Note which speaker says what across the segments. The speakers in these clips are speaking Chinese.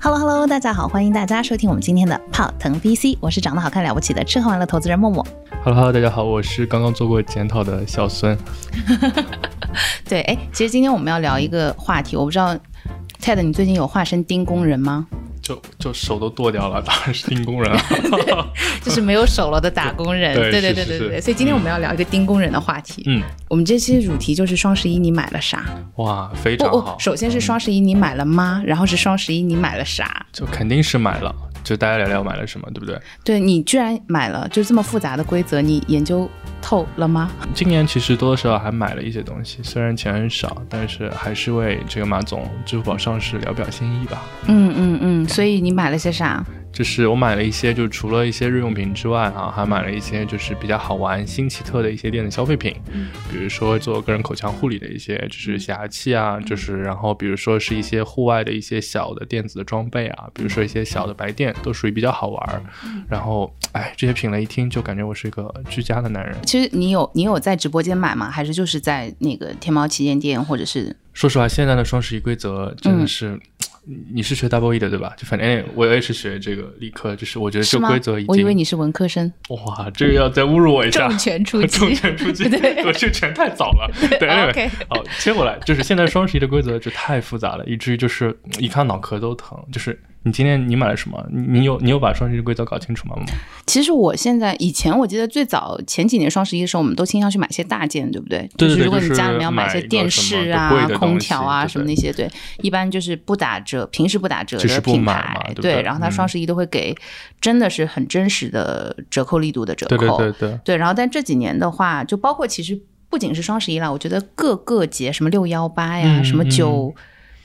Speaker 1: Hello Hello，大家好，欢迎大家收听我们今天的泡腾 VC，我是长得好看了不起的吃喝玩乐投资人默默。
Speaker 2: Hello Hello，大家好，我是刚刚做过检讨的小孙。
Speaker 1: 对，哎，其实今天我们要聊一个话题，我不知道 Ted，你最近有化身钉工人吗？
Speaker 2: 就就手都剁掉了，当然是钉工人了。啊
Speaker 1: 就是没有手了的打工人，
Speaker 2: 对
Speaker 1: 对对
Speaker 2: 是
Speaker 1: 对
Speaker 2: 是
Speaker 1: 对
Speaker 2: 是
Speaker 1: 对。所以今天我们要聊一个钉工人的话题。
Speaker 2: 嗯，
Speaker 1: 我们这期主题就是双十一你买了啥？
Speaker 2: 哇，非
Speaker 1: 不
Speaker 2: 常
Speaker 1: 哦
Speaker 2: 好，，
Speaker 1: 首先是双十一你买了吗？然后是双十一你买了啥？
Speaker 2: 就肯定是买了。就大家聊聊买了什么，对不对？
Speaker 1: 对你居然买了，就这么复杂的规则，你研究透了吗？
Speaker 2: 今年其实多多少少还买了一些东西，虽然钱很少，但是还是为这个马总支付宝上市聊表心意吧。
Speaker 1: 嗯嗯嗯。所以你买了些啥？
Speaker 2: 就是我买了一些，就除了一些日用品之外啊，还买了一些就是比较好玩、新奇特的一些电子消费品，
Speaker 1: 嗯
Speaker 2: 比如说做个人口腔护理的一些就是洗牙器啊，就是然后比如说是一些户外的一些小的电子的装备啊，比如说一些小的白电，都属于比较好玩儿。
Speaker 1: 嗯
Speaker 2: 然后，哎，这些品类一听就感觉我是一个居家的男人。
Speaker 1: 其实你有你有在直播间买吗？还是就是在那个天猫旗舰店或者是？
Speaker 2: 说实话，现在的双十一规则真
Speaker 1: 嗯
Speaker 2: 的是，你是学 double E 的对吧？就反正我也是学这个理科，就是我觉得
Speaker 1: 是
Speaker 2: 这
Speaker 1: 吗
Speaker 2: 规则已？经，
Speaker 1: 我以为你是文科生，
Speaker 2: 哇，这个要再侮辱我一下，
Speaker 1: 重拳出击
Speaker 2: 重拳出击，
Speaker 1: 对
Speaker 2: 我这拳太早 了。对
Speaker 1: 啊
Speaker 2: 对
Speaker 1: ，OK
Speaker 2: 对，好，切过来，就是现在双十一的规则就太复杂了，以至于就是嗯一看脑壳都疼。就是你今天你买了什么？你你有你有把双十一的规则搞清楚吗？
Speaker 1: 其实我现在以前我记得最早前几年双十一的时候，我们都倾向去买些大件，对不对？
Speaker 2: 对对
Speaker 1: 就是
Speaker 2: 对
Speaker 1: 如果你
Speaker 2: 就是
Speaker 1: 家里面要买一些
Speaker 2: 买一个
Speaker 1: 电
Speaker 2: 什么
Speaker 1: 视
Speaker 2: 的
Speaker 1: 啊
Speaker 2: 贵的、东
Speaker 1: 空调啊
Speaker 2: 西
Speaker 1: 什么那
Speaker 2: 对
Speaker 1: 些，对，一般就是不打折，平时不打折
Speaker 2: 只是
Speaker 1: 的
Speaker 2: 不
Speaker 1: 品
Speaker 2: 买
Speaker 1: 牌
Speaker 2: 嘛，对不
Speaker 1: 对。
Speaker 2: 对
Speaker 1: 然后它
Speaker 2: 嗯
Speaker 1: 双十一都会给真的是很真实的折扣力度的折扣，
Speaker 2: 对对对对，
Speaker 1: 对，然后但这几年的话，就包括其实不仅是双十一啦，我觉得各个节，什么六幺八呀，
Speaker 2: 嗯
Speaker 1: 什么
Speaker 2: 嗯
Speaker 1: 九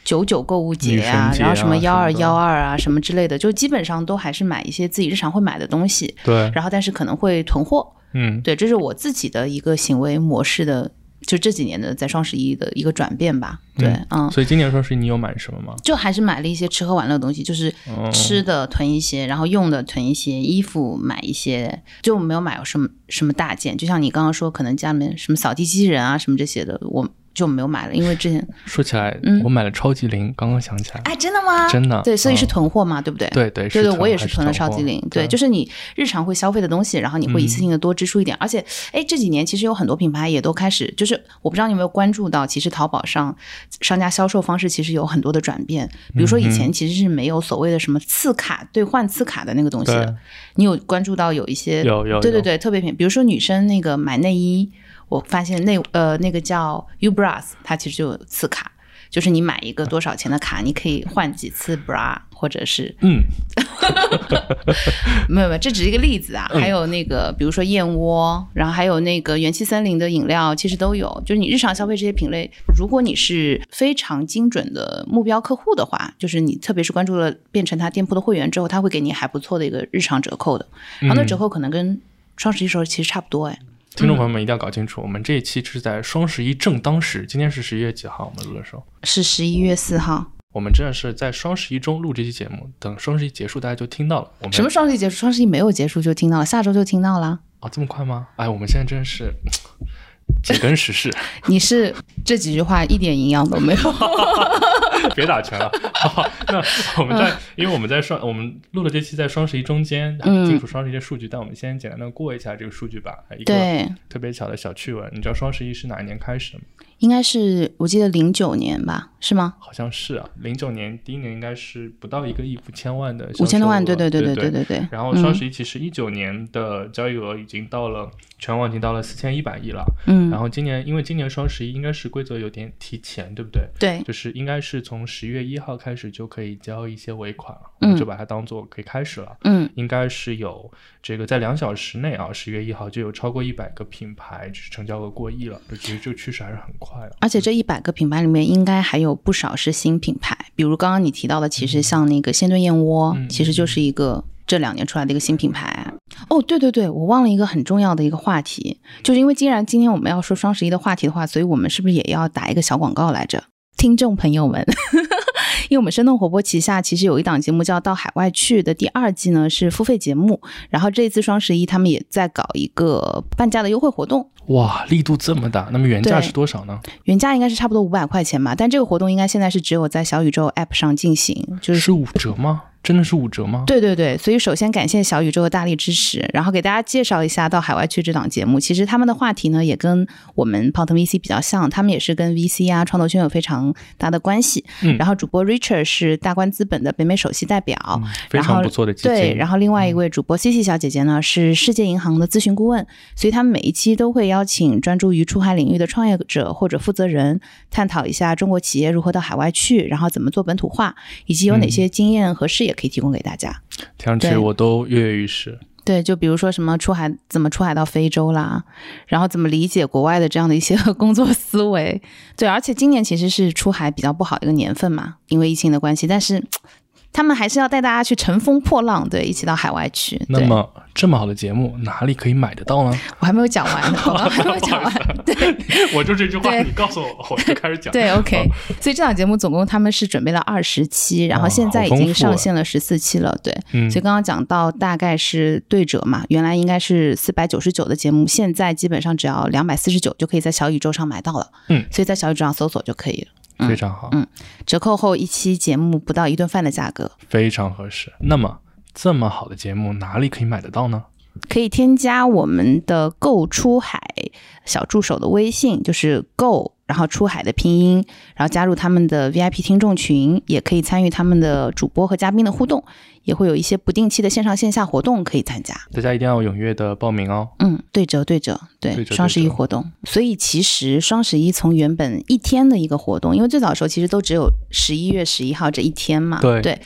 Speaker 1: 九九购物节啊
Speaker 2: 女神，节啊
Speaker 1: 然后什么
Speaker 2: 什
Speaker 1: 幺
Speaker 2: 么
Speaker 1: 二
Speaker 2: 的
Speaker 1: 幺二啊，什么之类的，就基本上都还是买一些自己日常会买的东西，
Speaker 2: 对，
Speaker 1: 然后但是可能会囤货。
Speaker 2: 嗯，
Speaker 1: 对，这是我自己的一个行为模式的，就这几年的在双十一的一个转变吧。对，嗯。
Speaker 2: 所以今年双十一你有买什么吗？
Speaker 1: 就还是买了一些吃喝玩乐的东西，就是吃的囤一些，然后用的囤一些，衣服买一些，就没有买有什么什么大件。就像你刚刚说，可能家里面什么扫地机器人啊什么这些的，我就没有买了，因为之前
Speaker 2: 说起来，我买了超级灵，刚刚想起来，
Speaker 1: 哎，嗯真的吗
Speaker 2: 真的
Speaker 1: 对，所以是
Speaker 2: 嗯
Speaker 1: 囤货嘛，对不对？
Speaker 2: 对对
Speaker 1: 对
Speaker 2: 是
Speaker 1: 对，
Speaker 2: 囤
Speaker 1: 我也
Speaker 2: 还
Speaker 1: 是
Speaker 2: 是
Speaker 1: 囤了
Speaker 2: 囤
Speaker 1: 超级
Speaker 2: 货
Speaker 1: 灵，对，
Speaker 2: 对嗯
Speaker 1: 就是你日常会消费的东西，然后你会一次性的多支出一点，而且，哎，这几年其实有很多品牌也都开始，就是我不知道你有没有关注到，其实淘宝上商家销售方式其实有很多的转变，比如说
Speaker 2: 嗯
Speaker 1: 以前其实是没有所谓的什么次卡兑换次卡的那个东西的
Speaker 2: 对，
Speaker 1: 你有关注到有一些
Speaker 2: 有有
Speaker 1: 对对
Speaker 2: 有
Speaker 1: 对特别品，比如说女生那个买内衣，我发现内呃那个叫 Ubras，它其实就有次卡。就是你买一个多少钱的卡，你可以换几次 bra，或者是
Speaker 2: 嗯，
Speaker 1: 没有没有，这只是一个例子啊。还有那个，比如说燕窝，然后还有那个元气森林的饮料，其实都有。就是你日常消费这些品类，如果你是非常精准的目标客户的话，就是你特别是关注了变成他店铺的会员之后，他会给你还不错的一个日常折扣的。然后那折扣可能跟双十一时候其实差不多哎。
Speaker 2: 听众朋友们一定要搞清楚，我们这一期是在双十一正当时，今天是十一月几号？我们录的时候。
Speaker 1: 是十一月四号，
Speaker 2: 我们真的是在双十一中录这期节目，等双十一结束大家就听到了。我们
Speaker 1: 什么双十一结束？双十一没有结束就听到了，下周就听到了。
Speaker 2: 啊？这么快吗？哎，我们现在真的是 紧跟时事，
Speaker 1: 你是这几句话一点营养都没有。
Speaker 2: 别打拳了。 好，那我们
Speaker 1: 嗯
Speaker 2: 在，因为我们在双，我们录了这期在双十一中间，还
Speaker 1: 嗯
Speaker 2: 不清楚双十一的数据，但我们先简单的过一下这个数据吧。一个
Speaker 1: 对，
Speaker 2: 特别巧的小趣闻，你知道双十一是哪一年开始的吗？
Speaker 1: 应该是我记得零九年吧，是吗？
Speaker 2: 好像是啊，零九年第一年应该是不到一个亿五千万的销售
Speaker 1: 五千多万，
Speaker 2: 额
Speaker 1: 对
Speaker 2: 对
Speaker 1: 对对
Speaker 2: 对
Speaker 1: 对对。
Speaker 2: 然后双十一其实一九年的交易额已经到了、全网已经到了四千一百亿了。
Speaker 1: 嗯，
Speaker 2: 然后今年因为今年双十一应该是规则有点提前，对不对？
Speaker 1: 对，
Speaker 2: 就是应该是从十月一号开始就可以交一些尾款了，
Speaker 1: 嗯
Speaker 2: 我们就把它当做可以开始了。
Speaker 1: 嗯
Speaker 2: 应该是有这个在两小时内啊，十月一号就有超过一百个品牌就是成交额过亿了，就其实这个趋势还是很快了。
Speaker 1: 而且这一百个品牌里面，应该还有不少是新品牌，比如刚刚你提到的，其实像那个鲜炖燕窝，
Speaker 2: 嗯
Speaker 1: 其实就是一个这两年出来的一个新品牌。哦，对对对，我忘了一个很重要的一个话题，就是因为既然今天我们要说双十一的话题的话，所以我们是不是也要打一个小广告来着？听众朋友们， 因为我们生动活泼旗下其实有一档节目叫《到海外去》的第二季呢是付费节目，然后这一次双十一他们也在搞一个半价的优惠活动，
Speaker 2: 哇，力度这么大，那么原价
Speaker 1: 对
Speaker 2: 是多少呢？
Speaker 1: 原价应该是差不多五百块钱吧，但这个活动应该现在是只有在小宇宙 App 上进行，就是。
Speaker 2: 是五折吗？真的是五折吗？
Speaker 1: 对对对，所以首先感谢小宇宙的大力支持，然后给大家介绍一下到海外去这档节目。其实他们的话题呢也跟我们 p o t VC 比较像，他们也是跟 VC 啊创投圈有非常大的关系。
Speaker 2: 嗯
Speaker 1: 然后主播 Richard 是大观资本的北美首席代表，
Speaker 2: 嗯，非
Speaker 1: 然
Speaker 2: 常
Speaker 1: 后
Speaker 2: 不错的基金。嗯
Speaker 1: 对，然后另外一位主播西西小姐姐呢是世界银行的咨询顾问，所以他们每一期都会邀请专注于出海领域的创业者或者负责人，探讨一下中国企业如何到海外去，然后怎么做本土化，以及有
Speaker 2: 嗯
Speaker 1: 哪些经验和视野可以提供给大家。
Speaker 2: 听上去
Speaker 1: 对
Speaker 2: 我都跃跃欲试。
Speaker 1: 对，就比如说什么出海怎么出海到非洲啦，然后怎么理解国外的这样的一些 工作思维。对，而且今年其实是出海比较不好的一个年份嘛，因为疫情的关系，但是。他们还是要带大家去乘风破浪，对，一起到海外去。
Speaker 2: 那
Speaker 1: 对
Speaker 2: 么这么好的节目哪里可以买得到 呢？
Speaker 1: 我还没有讲完呢， 我还没有讲完。 对
Speaker 2: 我就这句
Speaker 1: 话对你
Speaker 2: 告诉 我，我就开始讲
Speaker 1: 对，OK。所以这档节目总共他们是准备了二十期，然后现在已
Speaker 2: 好丰
Speaker 1: 经
Speaker 2: 富啊
Speaker 1: 上线了十四期了。对，
Speaker 2: 嗯
Speaker 1: 所以刚刚讲到大概是对折嘛，原来应该是四百九十九的节目，现在基本上只要两百四十九就可以在小宇宙上买到了。
Speaker 2: 嗯
Speaker 1: 所以在小宇宙上搜索就可以了。
Speaker 2: 非常好，
Speaker 1: 嗯折扣后一期节目不到一顿饭的价格，
Speaker 2: 非常合适。那么这么好的节目哪里可以买得到呢？
Speaker 1: 可以添加我们的“购出海”小助手的微信，就是“购”，然后出海的拼音，然后加入他们的 VIP 听众群，也可以参与他们的主播和嘉宾的互动，也会有一些不定期的线上线下活动可以参加。
Speaker 2: 大家一定要踊跃的报名哦。
Speaker 1: 嗯，对折对折，对
Speaker 2: 对折
Speaker 1: 双十一
Speaker 2: 对折
Speaker 1: 活动。所以其实双十一从原本一天的一个活动，因为最早的时候其实都只有十一月十一号这一天嘛，
Speaker 2: 对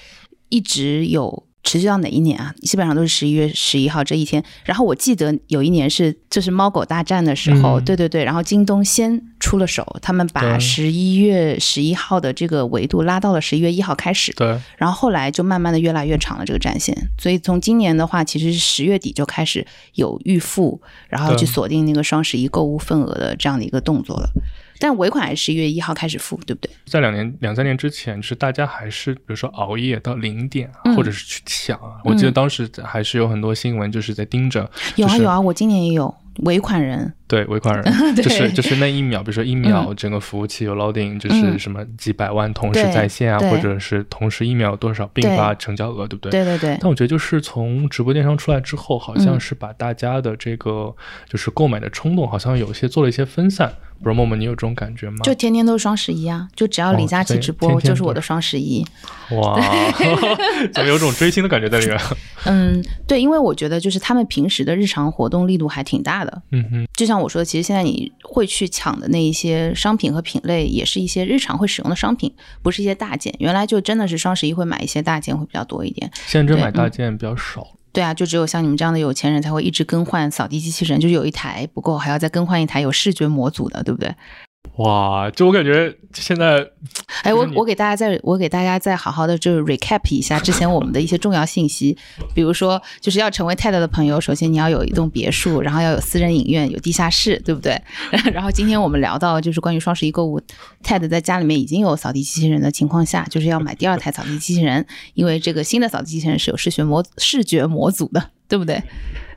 Speaker 1: 一直有持续到哪一年啊？基本上都是十一月十一号这一天。然后我记得有一年是就是猫狗大战的时候，
Speaker 2: 嗯
Speaker 1: 对对对，然后京东先出了手，他们把
Speaker 2: 对
Speaker 1: 十一月十一号的这个维度拉到了十一月一号开始，
Speaker 2: 对，
Speaker 1: 然后后来就慢慢的越来越长了这个战线，所以从今年的话，其实是十月底就开始有预付，然后去
Speaker 2: 对
Speaker 1: 锁定那个双十一购物份额的这样的一个动作了。但尾款还是十一月一号开始付，对不对？
Speaker 2: 在两年两三年之前，是大家还是比如说熬夜到零点啊，
Speaker 1: 嗯
Speaker 2: 或者是去抢啊。我记得当时还是有很多新闻，就是在盯着
Speaker 1: 有啊
Speaker 2: 就是
Speaker 1: 有啊，我今年也有尾款人，
Speaker 2: 对尾款人，
Speaker 1: 对
Speaker 2: 就是就是那一秒，比如说一秒整个服务器有 loading，就是
Speaker 1: 嗯
Speaker 2: 什么几百万同时在线啊，
Speaker 1: 对
Speaker 2: 或
Speaker 1: 对
Speaker 2: 者是同时一秒有多少并
Speaker 1: 对
Speaker 2: 发成交额，对不对？
Speaker 1: 对对对，
Speaker 2: 但我觉得就是从直播电商出来之后，好像
Speaker 1: 嗯
Speaker 2: 是把大家的这个就是购买的冲动，好像有些做了一些分散。不是默默，你有这种感觉吗？
Speaker 1: 就天天都是双十一啊，就只要李佳琦
Speaker 2: 对
Speaker 1: 直播、
Speaker 2: 哦天天
Speaker 1: 就是我
Speaker 2: 都
Speaker 1: 的双十一。
Speaker 2: 哇，怎么有种追星的感觉在里面？
Speaker 1: 嗯，对，因为我觉得就是他们平时的日常活动力度还挺大的，
Speaker 2: 嗯哼，
Speaker 1: 就像我说的，其实现在你会去抢的那一些商品和品类，也是一些日常会使用的商品，不是一些大件。原来就真的是双十一会买一些大件会比较多一点。
Speaker 2: 现在这买
Speaker 1: 对嗯
Speaker 2: 大件比较少。
Speaker 1: 对啊，就只有像你们这样的有钱人才会一直更换扫地机器人，就是有一台不够，还要再更换一台有视觉模组的，对不对？
Speaker 2: 哇，就我感觉现在
Speaker 1: 哎，
Speaker 2: 就
Speaker 1: 我
Speaker 2: 是你
Speaker 1: 我给大家再我给大家再好好的就是 recap 一下之前我们的一些重要信息，比如说就是要成为太太的朋友，首先你要有一栋别墅，然后要有私人影院，有地下室，对不对？ 然后今天我们聊到就是关于双十一购物，太太在家里面已经有扫地机器人的情况下，就是要买第二台扫地机器人，因为这个新的扫地机器人是有视觉模视觉模组的，对不对？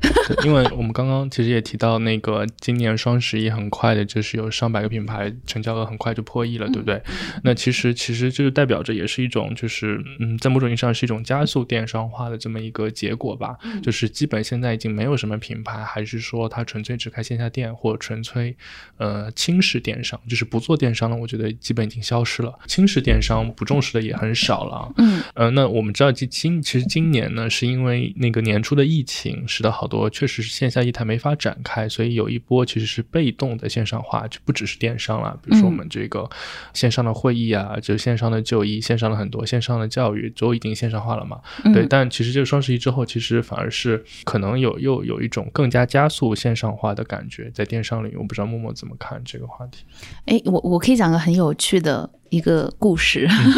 Speaker 2: 对因为我们刚刚其实也提到，那个今年双十一很快的，就是有上百个品牌成交额很快就破亿了，对不对？那其实其实就是代表着也是一种，就是嗯，在某种意义上是一种加速电商化的这么一个结果吧。就是基本现在已经没有什么品牌，还是说它纯粹只开线下店，或纯粹呃轻视电商，就是不做电商了。我觉得基本已经消失了，轻视电商不重视的也很少了啊。
Speaker 1: 嗯
Speaker 2: 呃，那我们知道今今其实今年呢，是因为那个年初的疫情，使得好多确实是线下业态没法展开，所以有一波其实是被动的线上化，就不只是电商了，比如说我
Speaker 1: 嗯
Speaker 2: 们这个线上的会议啊，就是线上的就医、线上的很多、线上的教育都已经线上化了嘛。对，
Speaker 1: 嗯
Speaker 2: 但其实这个双十一之后，其实反而是可能有又有一种更加加速线上化的感觉，在电商领域，我不知道默默怎么看这个话题。
Speaker 1: 哎，我我可以讲个很有趣的一个故事，
Speaker 2: 嗯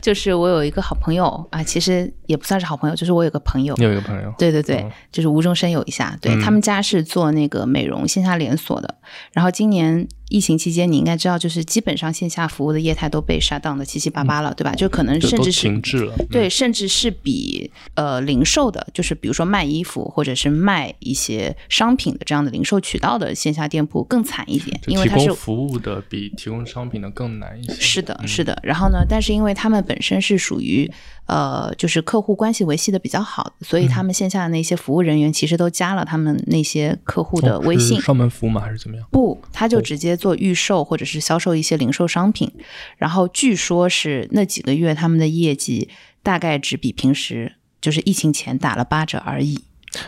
Speaker 1: 就是我有一个好朋友啊，其实也不算是好朋友，就是我有个朋友，
Speaker 2: 你有一个朋友，
Speaker 1: 对对对，
Speaker 2: 嗯
Speaker 1: 就是无中生有一下。对、
Speaker 2: 嗯
Speaker 1: 他们家是做那个美容线下连锁的，然后今年疫情期间，你应该知道，就是基本上线下服务的业态都被杀档的七七八八了，对吧？就可能
Speaker 2: 嗯就
Speaker 1: 甚
Speaker 2: 都
Speaker 1: 至是
Speaker 2: 停滞了。嗯
Speaker 1: 对，甚至是比呃零售的，就是比如说卖衣服或者是卖一些商品的这样的零售渠道的线下店铺更惨一点，因
Speaker 2: 就
Speaker 1: 为
Speaker 2: 提
Speaker 1: 它是
Speaker 2: 供服务的比提供商品的更难一些。
Speaker 1: 是的，是的。然后呢，但是因为他们本身是属于呃，就是客户关系维系的比较好的，
Speaker 2: 嗯
Speaker 1: 所以他们线下的那些服务人员其实都加了他们那些客户的
Speaker 2: 哦
Speaker 1: 微
Speaker 2: 是哦
Speaker 1: 信。
Speaker 2: 上门服务吗？还是怎么样？
Speaker 1: 不，他就直接做预售或者是销售一些零售商品，然后据说是那几个月他们的业绩大概只比平时就是疫情前打了八折而已，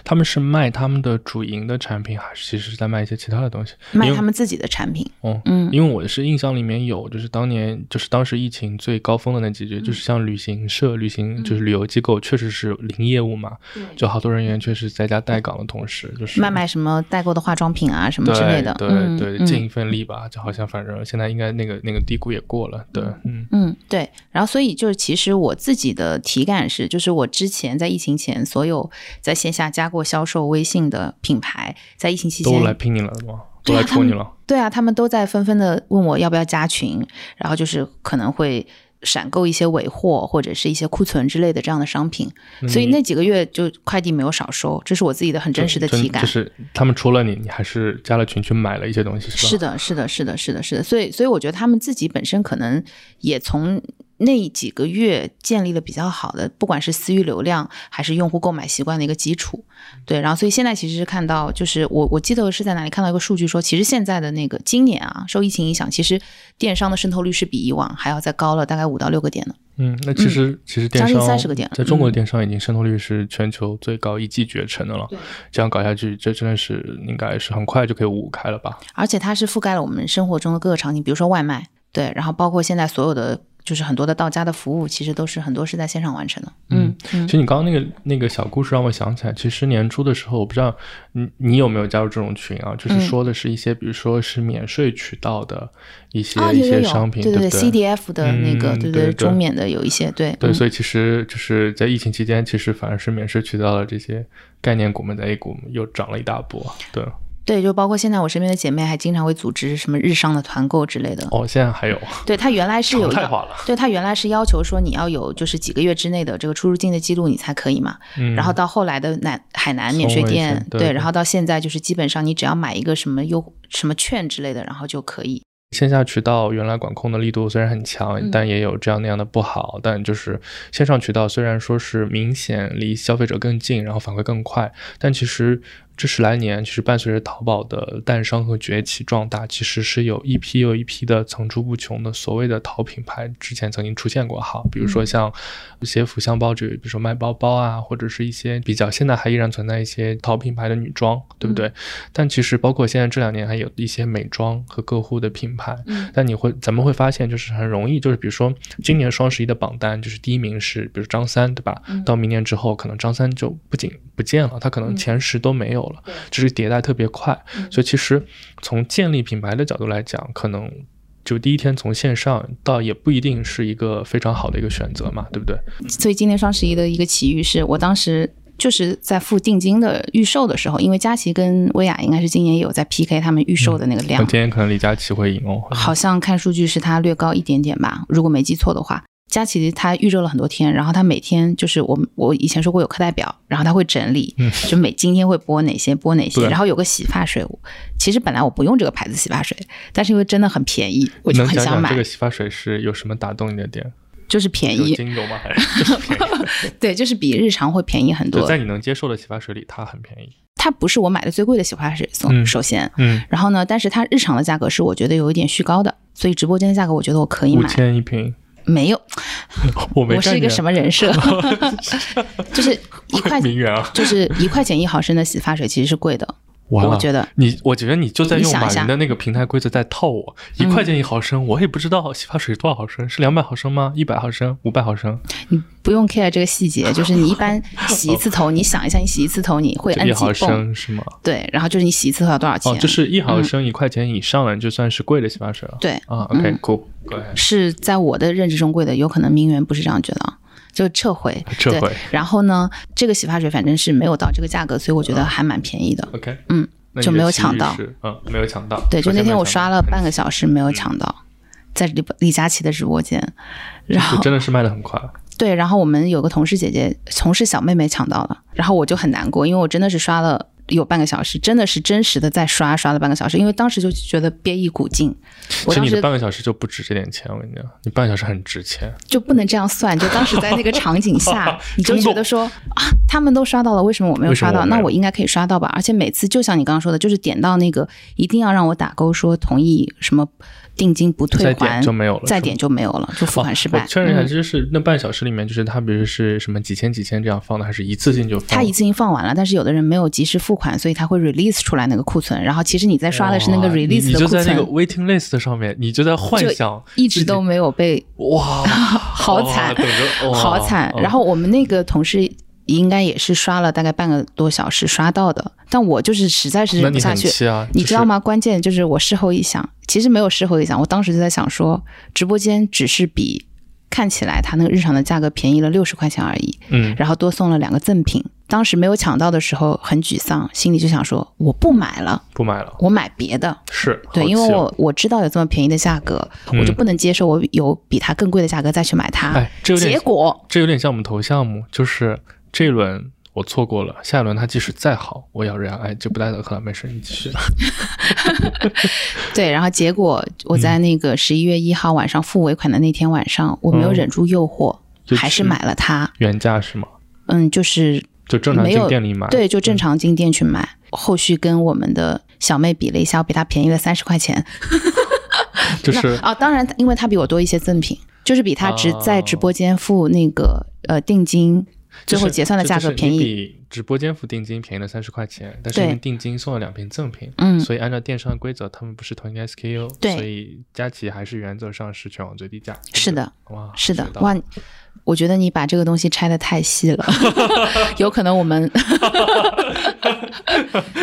Speaker 2: 他们是卖他们的主营的产品，还是其实是在卖一些其他的东西？因
Speaker 1: 卖
Speaker 2: 为
Speaker 1: 他们自己的产品。
Speaker 2: 哦，
Speaker 1: 嗯
Speaker 2: 因为我是印象里面有，就是当年就是当时疫情最高峰的那几
Speaker 1: 嗯
Speaker 2: 年，就是像旅行社、旅行就是旅游机构，确实是零业务嘛，就好多人员确实在家待岗的同时，就是
Speaker 1: 卖卖什么代购的化妆品啊什么
Speaker 2: 对
Speaker 1: 之类的，
Speaker 2: 对
Speaker 1: 嗯
Speaker 2: 对，
Speaker 1: 嗯
Speaker 2: 尽一份力吧，就好像反正现在应该那个那个低谷也过了，对，嗯
Speaker 1: 嗯，对。然后，所以就是，其实我自己的体感是，就是我之前在疫情前，所有在线下加过销售微信的品牌，在疫情期
Speaker 2: 都来
Speaker 1: 间，
Speaker 2: 拼你了吗？都
Speaker 1: 对啊
Speaker 2: 来戳你了，
Speaker 1: 对啊，他们都在纷纷的问我要不要加群，然后就是可能会闪购一些尾货或者是一些库存之类的这样的商品，所
Speaker 2: 嗯你
Speaker 1: 以那几个月就快递没有少收，这是我自己的很真实的
Speaker 2: 就
Speaker 1: 体感
Speaker 2: 就。是他们戳了你，你还是加了群去买了一些东西，是吧？
Speaker 1: 是的，是的，是的，是的，是的。所以，所以我觉得他们自己本身可能也从那几个月建立了比较好的，不管是私域流量还是用户购买习惯的一个基础。
Speaker 2: 嗯
Speaker 1: 对，然后所以现在其实是看到，就是我我记得是在哪里看到一个数据说，其实现在的那个今年啊，受疫情影响，其实电商的渗透率是比以往还要再高了大概五到六个点呢。
Speaker 2: 嗯，那其实、其实电
Speaker 1: 将
Speaker 2: 商
Speaker 1: 近30个点
Speaker 2: 在中国的
Speaker 1: 嗯
Speaker 2: 电商已经渗透率是全球最高，一骑绝尘的了。这样搞下去，这真的是应该是很快就可以五五开了吧？
Speaker 1: 而且它是覆盖了我们生活中的各个场景，比如说外卖，对，然后包括现在所有的就是很多的到家的服务，其实都是很多是在线上完成的。嗯嗯
Speaker 2: 其实你刚刚那个那个小故事让我想起来，其实年初的时候，我不知道你你有没有加入这种群啊？就是
Speaker 1: 嗯
Speaker 2: 说的是一些，比如说是免税渠道的一些、
Speaker 1: 啊，
Speaker 2: 一
Speaker 1: 有有
Speaker 2: 些
Speaker 1: 有，
Speaker 2: 商品，
Speaker 1: 对
Speaker 2: 不
Speaker 1: 对
Speaker 2: 对
Speaker 1: CDF 的那个，
Speaker 2: 嗯
Speaker 1: 对
Speaker 2: 对对
Speaker 1: 中缅的有一些，对
Speaker 2: 对，
Speaker 1: 嗯
Speaker 2: 所以其实就是在疫情期间，其实反而是免税渠道的这些概念股们在 A 股又涨了一大波。对，
Speaker 1: 对，就包括现在我身边的姐妹还经常会组织什么日商的团购之类的。
Speaker 2: 哦，现在还有
Speaker 1: 对她原来是有
Speaker 2: 常态
Speaker 1: 要
Speaker 2: 化了，
Speaker 1: 对她原来是要求说你要有就是几个月之内的这个出入境的记录你才可以嘛，
Speaker 2: 嗯，
Speaker 1: 然后到后来的南海南免税
Speaker 2: 松了一些
Speaker 1: 店，
Speaker 2: 对对
Speaker 1: 然后到现在就是基本上你只要买一个什么优什么券之类的，然后就可以。
Speaker 2: 线下渠道原来管控的力度虽然很强，
Speaker 1: 嗯
Speaker 2: 但也有这样那样的不好。但就是线上渠道虽然说是明显离消费者更近，然后反馈更快，但其实这十来年，其实伴随着淘宝的诞生和崛起壮大，其实是有一批又一批的层出不穷的所谓的淘品牌之前曾经出现过哈，比如说像鞋服、箱包这，比如说卖包包啊，或者是一些比较现在还依然存在一些淘品牌的女装，对不对？但其实包括现在这两年还有一些美妆和个护的品牌，
Speaker 1: 嗯
Speaker 2: 但你会咱们会发现，就是很容易，就是比如说今年双十一的榜单，就是第一名是比如张三，对吧？
Speaker 1: 嗯
Speaker 2: 到明年之后，可能张三就不仅不见了，他可能前十都没有了，就是迭代特别快。
Speaker 1: 嗯
Speaker 2: 所以其实从建立品牌的角度来讲，可能。就第一天从线上到也不一定是一个非常好的一个选择嘛，对不对？
Speaker 1: 所以今年双十一的一个奇遇是我当时就是在付定金的预售的时候，因为佳琦跟薇娅应该是今年也有在 PK 他们预售的那个量，
Speaker 2: 今天可能李佳琦会赢哦。
Speaker 1: 啊好像看数据是他略高一点点吧，如果没记错的话。佳琦他预热了很多天，然后他每天就是我们我以前说过有课代表，然后他会整理，
Speaker 2: 嗯
Speaker 1: 就每今天会播哪些播哪些，
Speaker 2: 对
Speaker 1: 然后有个洗发水，其实本来我不用这个牌子洗发水，但是因为真的很便宜，我就
Speaker 2: 能
Speaker 1: 很
Speaker 2: 讲
Speaker 1: 想
Speaker 2: 讲
Speaker 1: 买，
Speaker 2: 这个洗发水是有什么打动你的点？
Speaker 1: 就是便
Speaker 2: 有
Speaker 1: 宜，
Speaker 2: 精油吗？还 是就是便宜？
Speaker 1: 对，就是比日常会便宜很
Speaker 2: 就
Speaker 1: 多
Speaker 2: 在。你能接受的洗发水里，它很便宜。
Speaker 1: 它不是我买的最贵的洗发水，
Speaker 2: 嗯
Speaker 1: 首先，
Speaker 2: 嗯，
Speaker 1: 然后呢，但是它日常的价格是我觉得有一点虚高的，所以直播间的价格我觉得我可以
Speaker 2: 五
Speaker 1: 买。
Speaker 2: 千一瓶，
Speaker 1: 没有，
Speaker 2: 我没
Speaker 1: 我是一个什
Speaker 2: 么
Speaker 1: 么人 设？就是一块
Speaker 2: 名媛啊？
Speaker 1: 就是一块钱一毫升的洗发水其实是贵的，
Speaker 2: 完了
Speaker 1: 我觉得
Speaker 2: 你，我觉得你就在
Speaker 1: 你
Speaker 2: 用
Speaker 1: 想嗯一
Speaker 2: 马
Speaker 1: 下
Speaker 2: 云的那个平台规则在套我。一块钱一毫升，我也不知道洗发水多少毫升，是两百毫升吗？一百毫升？五百毫升？
Speaker 1: 你不用 care 这个细节，就是你一般洗一次头，你想一下，你洗一次头你会
Speaker 2: 就
Speaker 1: 按
Speaker 2: 一
Speaker 1: 几
Speaker 2: 毫
Speaker 1: 泵？
Speaker 2: 升是吗？
Speaker 1: 对，然后就是你洗一次头要多少钱？嗯
Speaker 2: 哦，就是一毫升一块钱以上的，就算是贵的洗发水了。
Speaker 1: 对，
Speaker 2: 啊
Speaker 1: 嗯
Speaker 2: ，OK，cool，对，
Speaker 1: 是在我的认知中贵的，有可能名媛不是这样觉得啊，就撤回。
Speaker 2: 撤回
Speaker 1: 对。然后呢，这个洗发水反正是没有到这个价格，所以我
Speaker 2: 嗯
Speaker 1: 觉得还蛮便宜的。
Speaker 2: OK，
Speaker 1: 嗯，
Speaker 2: 那你的
Speaker 1: 就没有
Speaker 2: 奇遇
Speaker 1: 抢到
Speaker 2: 是，嗯，没有抢到。
Speaker 1: 对，就那天我刷了半
Speaker 2: 个，
Speaker 1: 个小时没有抢到，在李李佳琦的直播间，然
Speaker 2: 就
Speaker 1: 后
Speaker 2: 嗯真的是卖的很快。
Speaker 1: 对，然后我们有个同事姐姐，同事小妹妹抢到了，然后我就很难过，因为我真的是刷了。有半个小时，真的是真实的在刷，刷了半个小时，因为当时就觉得憋一股劲。
Speaker 2: 其
Speaker 1: 我
Speaker 2: 实
Speaker 1: 当
Speaker 2: 你
Speaker 1: 时
Speaker 2: 的半个小时就不值这点钱，我跟你讲，你半个小时很值钱。，
Speaker 1: 就不能这样算，就当时在那个场景下 你就觉得说啊，他们都刷到了，为什么我没有刷
Speaker 2: 为
Speaker 1: 到？
Speaker 2: 什么我没有
Speaker 1: 那我应该可以刷到吧？而且每次就像你刚刚说的，就是点到那个一定要让我打勾说同意什么定金不退
Speaker 2: 再
Speaker 1: 还，
Speaker 2: 点就没有了
Speaker 1: 再
Speaker 2: 是吗
Speaker 1: 点就没有了，就付款失败。
Speaker 2: 我确认一下，
Speaker 1: 嗯
Speaker 2: 就是那半小时里面，就是他比如是什么几千几千这样放的，还是一次性就放？
Speaker 1: 他一次性放完了，但是有的人没有及时付款，所以他会 release 出来那个库存。然后其实你在刷的是那个
Speaker 2: 哇
Speaker 1: release
Speaker 2: 哦你你
Speaker 1: 的
Speaker 2: 就
Speaker 1: 库
Speaker 2: 在
Speaker 1: 存，
Speaker 2: 那个 waiting list 上面，你就在幻想
Speaker 1: 一直都没有被
Speaker 2: 哇，
Speaker 1: 好惨
Speaker 2: 哇等着哇哦嗯
Speaker 1: 好惨。然后我们那个同事应该也是刷了大概半个多小时刷到的，但我就是实在是
Speaker 2: 那
Speaker 1: 忍不
Speaker 2: 你
Speaker 1: 下
Speaker 2: 很
Speaker 1: 去。
Speaker 2: 气啊，
Speaker 1: 你
Speaker 2: 就是
Speaker 1: 知道？吗？关键就是我事后一想，其实没有事后一想，我当时就在想说，直播间只是比看起来它那个日常的价格便宜了六十块钱而已，
Speaker 2: 嗯，
Speaker 1: 然后多送了两个赠品。当时没有抢到的时候很沮丧，心里就想说我不买了，
Speaker 2: 不买了，
Speaker 1: 我买别的。
Speaker 2: 是
Speaker 1: 对，
Speaker 2: 好
Speaker 1: 因为
Speaker 2: 气哦
Speaker 1: 我我知道有这么便宜的价格，我就
Speaker 2: 嗯
Speaker 1: 不能接受我有比它更贵的价格再去买它。
Speaker 2: 哎，这有点
Speaker 1: 结果
Speaker 2: 这有点像我们投项目，就是这一轮我错过了，下一轮他即使再好，我咬着牙，哎，就不带他了，没事，你继续。
Speaker 1: 对，然后结果我在
Speaker 2: 嗯
Speaker 1: 那个十一月一号晚上付尾款的那天晚上，我没有
Speaker 2: 嗯
Speaker 1: 忍住诱惑，
Speaker 2: 就
Speaker 1: 还是
Speaker 2: 去
Speaker 1: 买了它。
Speaker 2: 原价是吗？
Speaker 1: 嗯，就是
Speaker 2: 就正常
Speaker 1: 没
Speaker 2: 进
Speaker 1: 有
Speaker 2: 店里买，嗯
Speaker 1: 对，就正常进店去买。后续跟我们的小妹比了一下，我比她便宜了三十块钱。
Speaker 2: 就是哦
Speaker 1: 啊、当然，因为她比我多一些赠品，就是比她直在直播间付那个、呃定金，最后结算的价格便宜。
Speaker 2: 就是你比直播间付定金便宜了三十块钱，但是
Speaker 1: 对
Speaker 2: 因为定金送了两瓶赠品，
Speaker 1: 嗯
Speaker 2: 所以按照电商的规则，他们不是同一个 SKU，
Speaker 1: 对
Speaker 2: 所以佳琦还是原则上是全网最低价。
Speaker 1: 是的，
Speaker 2: 哇，
Speaker 1: 是的
Speaker 2: 学，到了
Speaker 1: 哇，我觉得你把这个东西拆的太细 了，有可能我们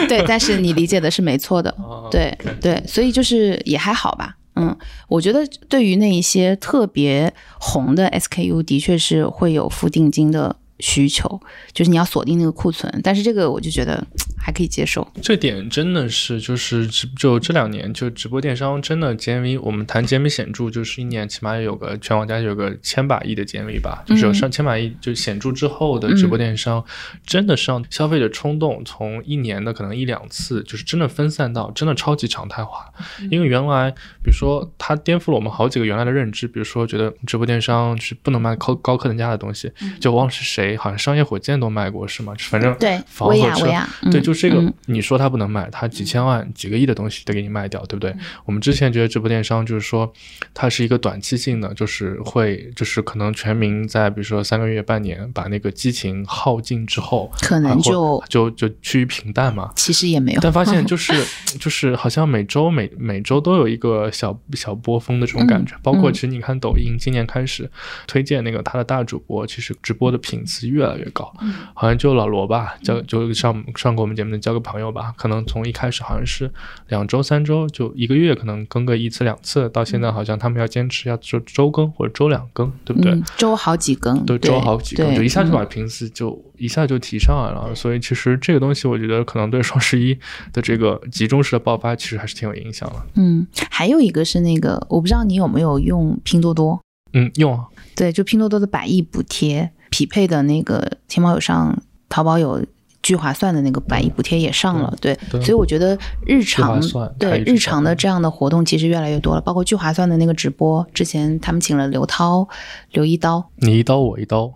Speaker 1: 对，但是你理解的是没错的，
Speaker 2: 哦
Speaker 1: 对
Speaker 2: OK
Speaker 1: 对，所以就是也还好吧。嗯，我觉得对于那一些特别红的 SKU，的确是会有付定金的需求，就是你要锁定那个库存。但是这个我就觉得还可以接受。
Speaker 2: 这点真的是，就是直就这两年，就直播电商真的 GMV，我们谈 GMV 显著，就是一年起码有个全网加起有个千把亿的 GMV 吧，就是
Speaker 1: 嗯
Speaker 2: 有上千把亿，就显著之后的直播电商，真的是让消费者冲动从一年的可能一两次，就是真的分散到真的超级常态化。
Speaker 1: 嗯
Speaker 2: 因为原来，比如说它颠覆了我们好几个原来的认知，比如说觉得直播电商是不能卖高高客单价的东西，
Speaker 1: 嗯
Speaker 2: 就忘了是谁，好像商业火箭都卖过是吗？反正
Speaker 1: 对
Speaker 2: 房
Speaker 1: 薇
Speaker 2: 和
Speaker 1: 娅
Speaker 2: 车
Speaker 1: 薇娅
Speaker 2: 对，
Speaker 1: 嗯
Speaker 2: 就这个
Speaker 1: 嗯
Speaker 2: 你说他不能卖，他几千万、几个亿的东西都给你卖掉，对不对？
Speaker 1: 嗯
Speaker 2: 我们之前觉得直播电商就是说，它是一个短期性的，就是会就是可能全民在比如说三个月、半年把那个激情耗尽之后，
Speaker 1: 可能
Speaker 2: 然后
Speaker 1: 就
Speaker 2: 就就趋于平淡嘛。
Speaker 1: 其实也没有，
Speaker 2: 但发现就是 就是好像每周每每周都有一个小小波峰的这种
Speaker 1: 嗯
Speaker 2: 感觉，包括其实你看抖音今年开始推荐那个他的大主播，其实直播的频次越来越高，
Speaker 1: 嗯
Speaker 2: 好像就老罗吧，交就上上过我们节目的交个朋友吧，可能从一开始好像是两周三周就一个月可能更个一次两次，到现在好像他们要坚持要周周更或者周两更，对不对？
Speaker 1: 嗯嗯，周好几更，
Speaker 2: 都
Speaker 1: 对
Speaker 2: 周好几个，
Speaker 1: 对
Speaker 2: 就一下就
Speaker 1: 嗯
Speaker 2: 把频次就一下就提上来了。所以其实这个东西，我觉得可能对双十一的这个集中式的爆发，其实还是挺有影响的。
Speaker 1: 嗯，还有一个是那个，我不知道你有没有用拼多多，
Speaker 2: 嗯，用啊，
Speaker 1: 对，就拼多多的百亿补贴匹配的那个天猫有上，淘宝有。聚划算的那个百亿补贴也上了，对，
Speaker 2: 对
Speaker 1: 所以我觉得日常
Speaker 2: 聚划算它
Speaker 1: 对
Speaker 2: 一直
Speaker 1: 日常的
Speaker 2: 上
Speaker 1: 这样的活动其实越来越多了，包括聚划算的那个直播，之前他们请了刘涛、刘一刀，
Speaker 2: 你一刀我一刀，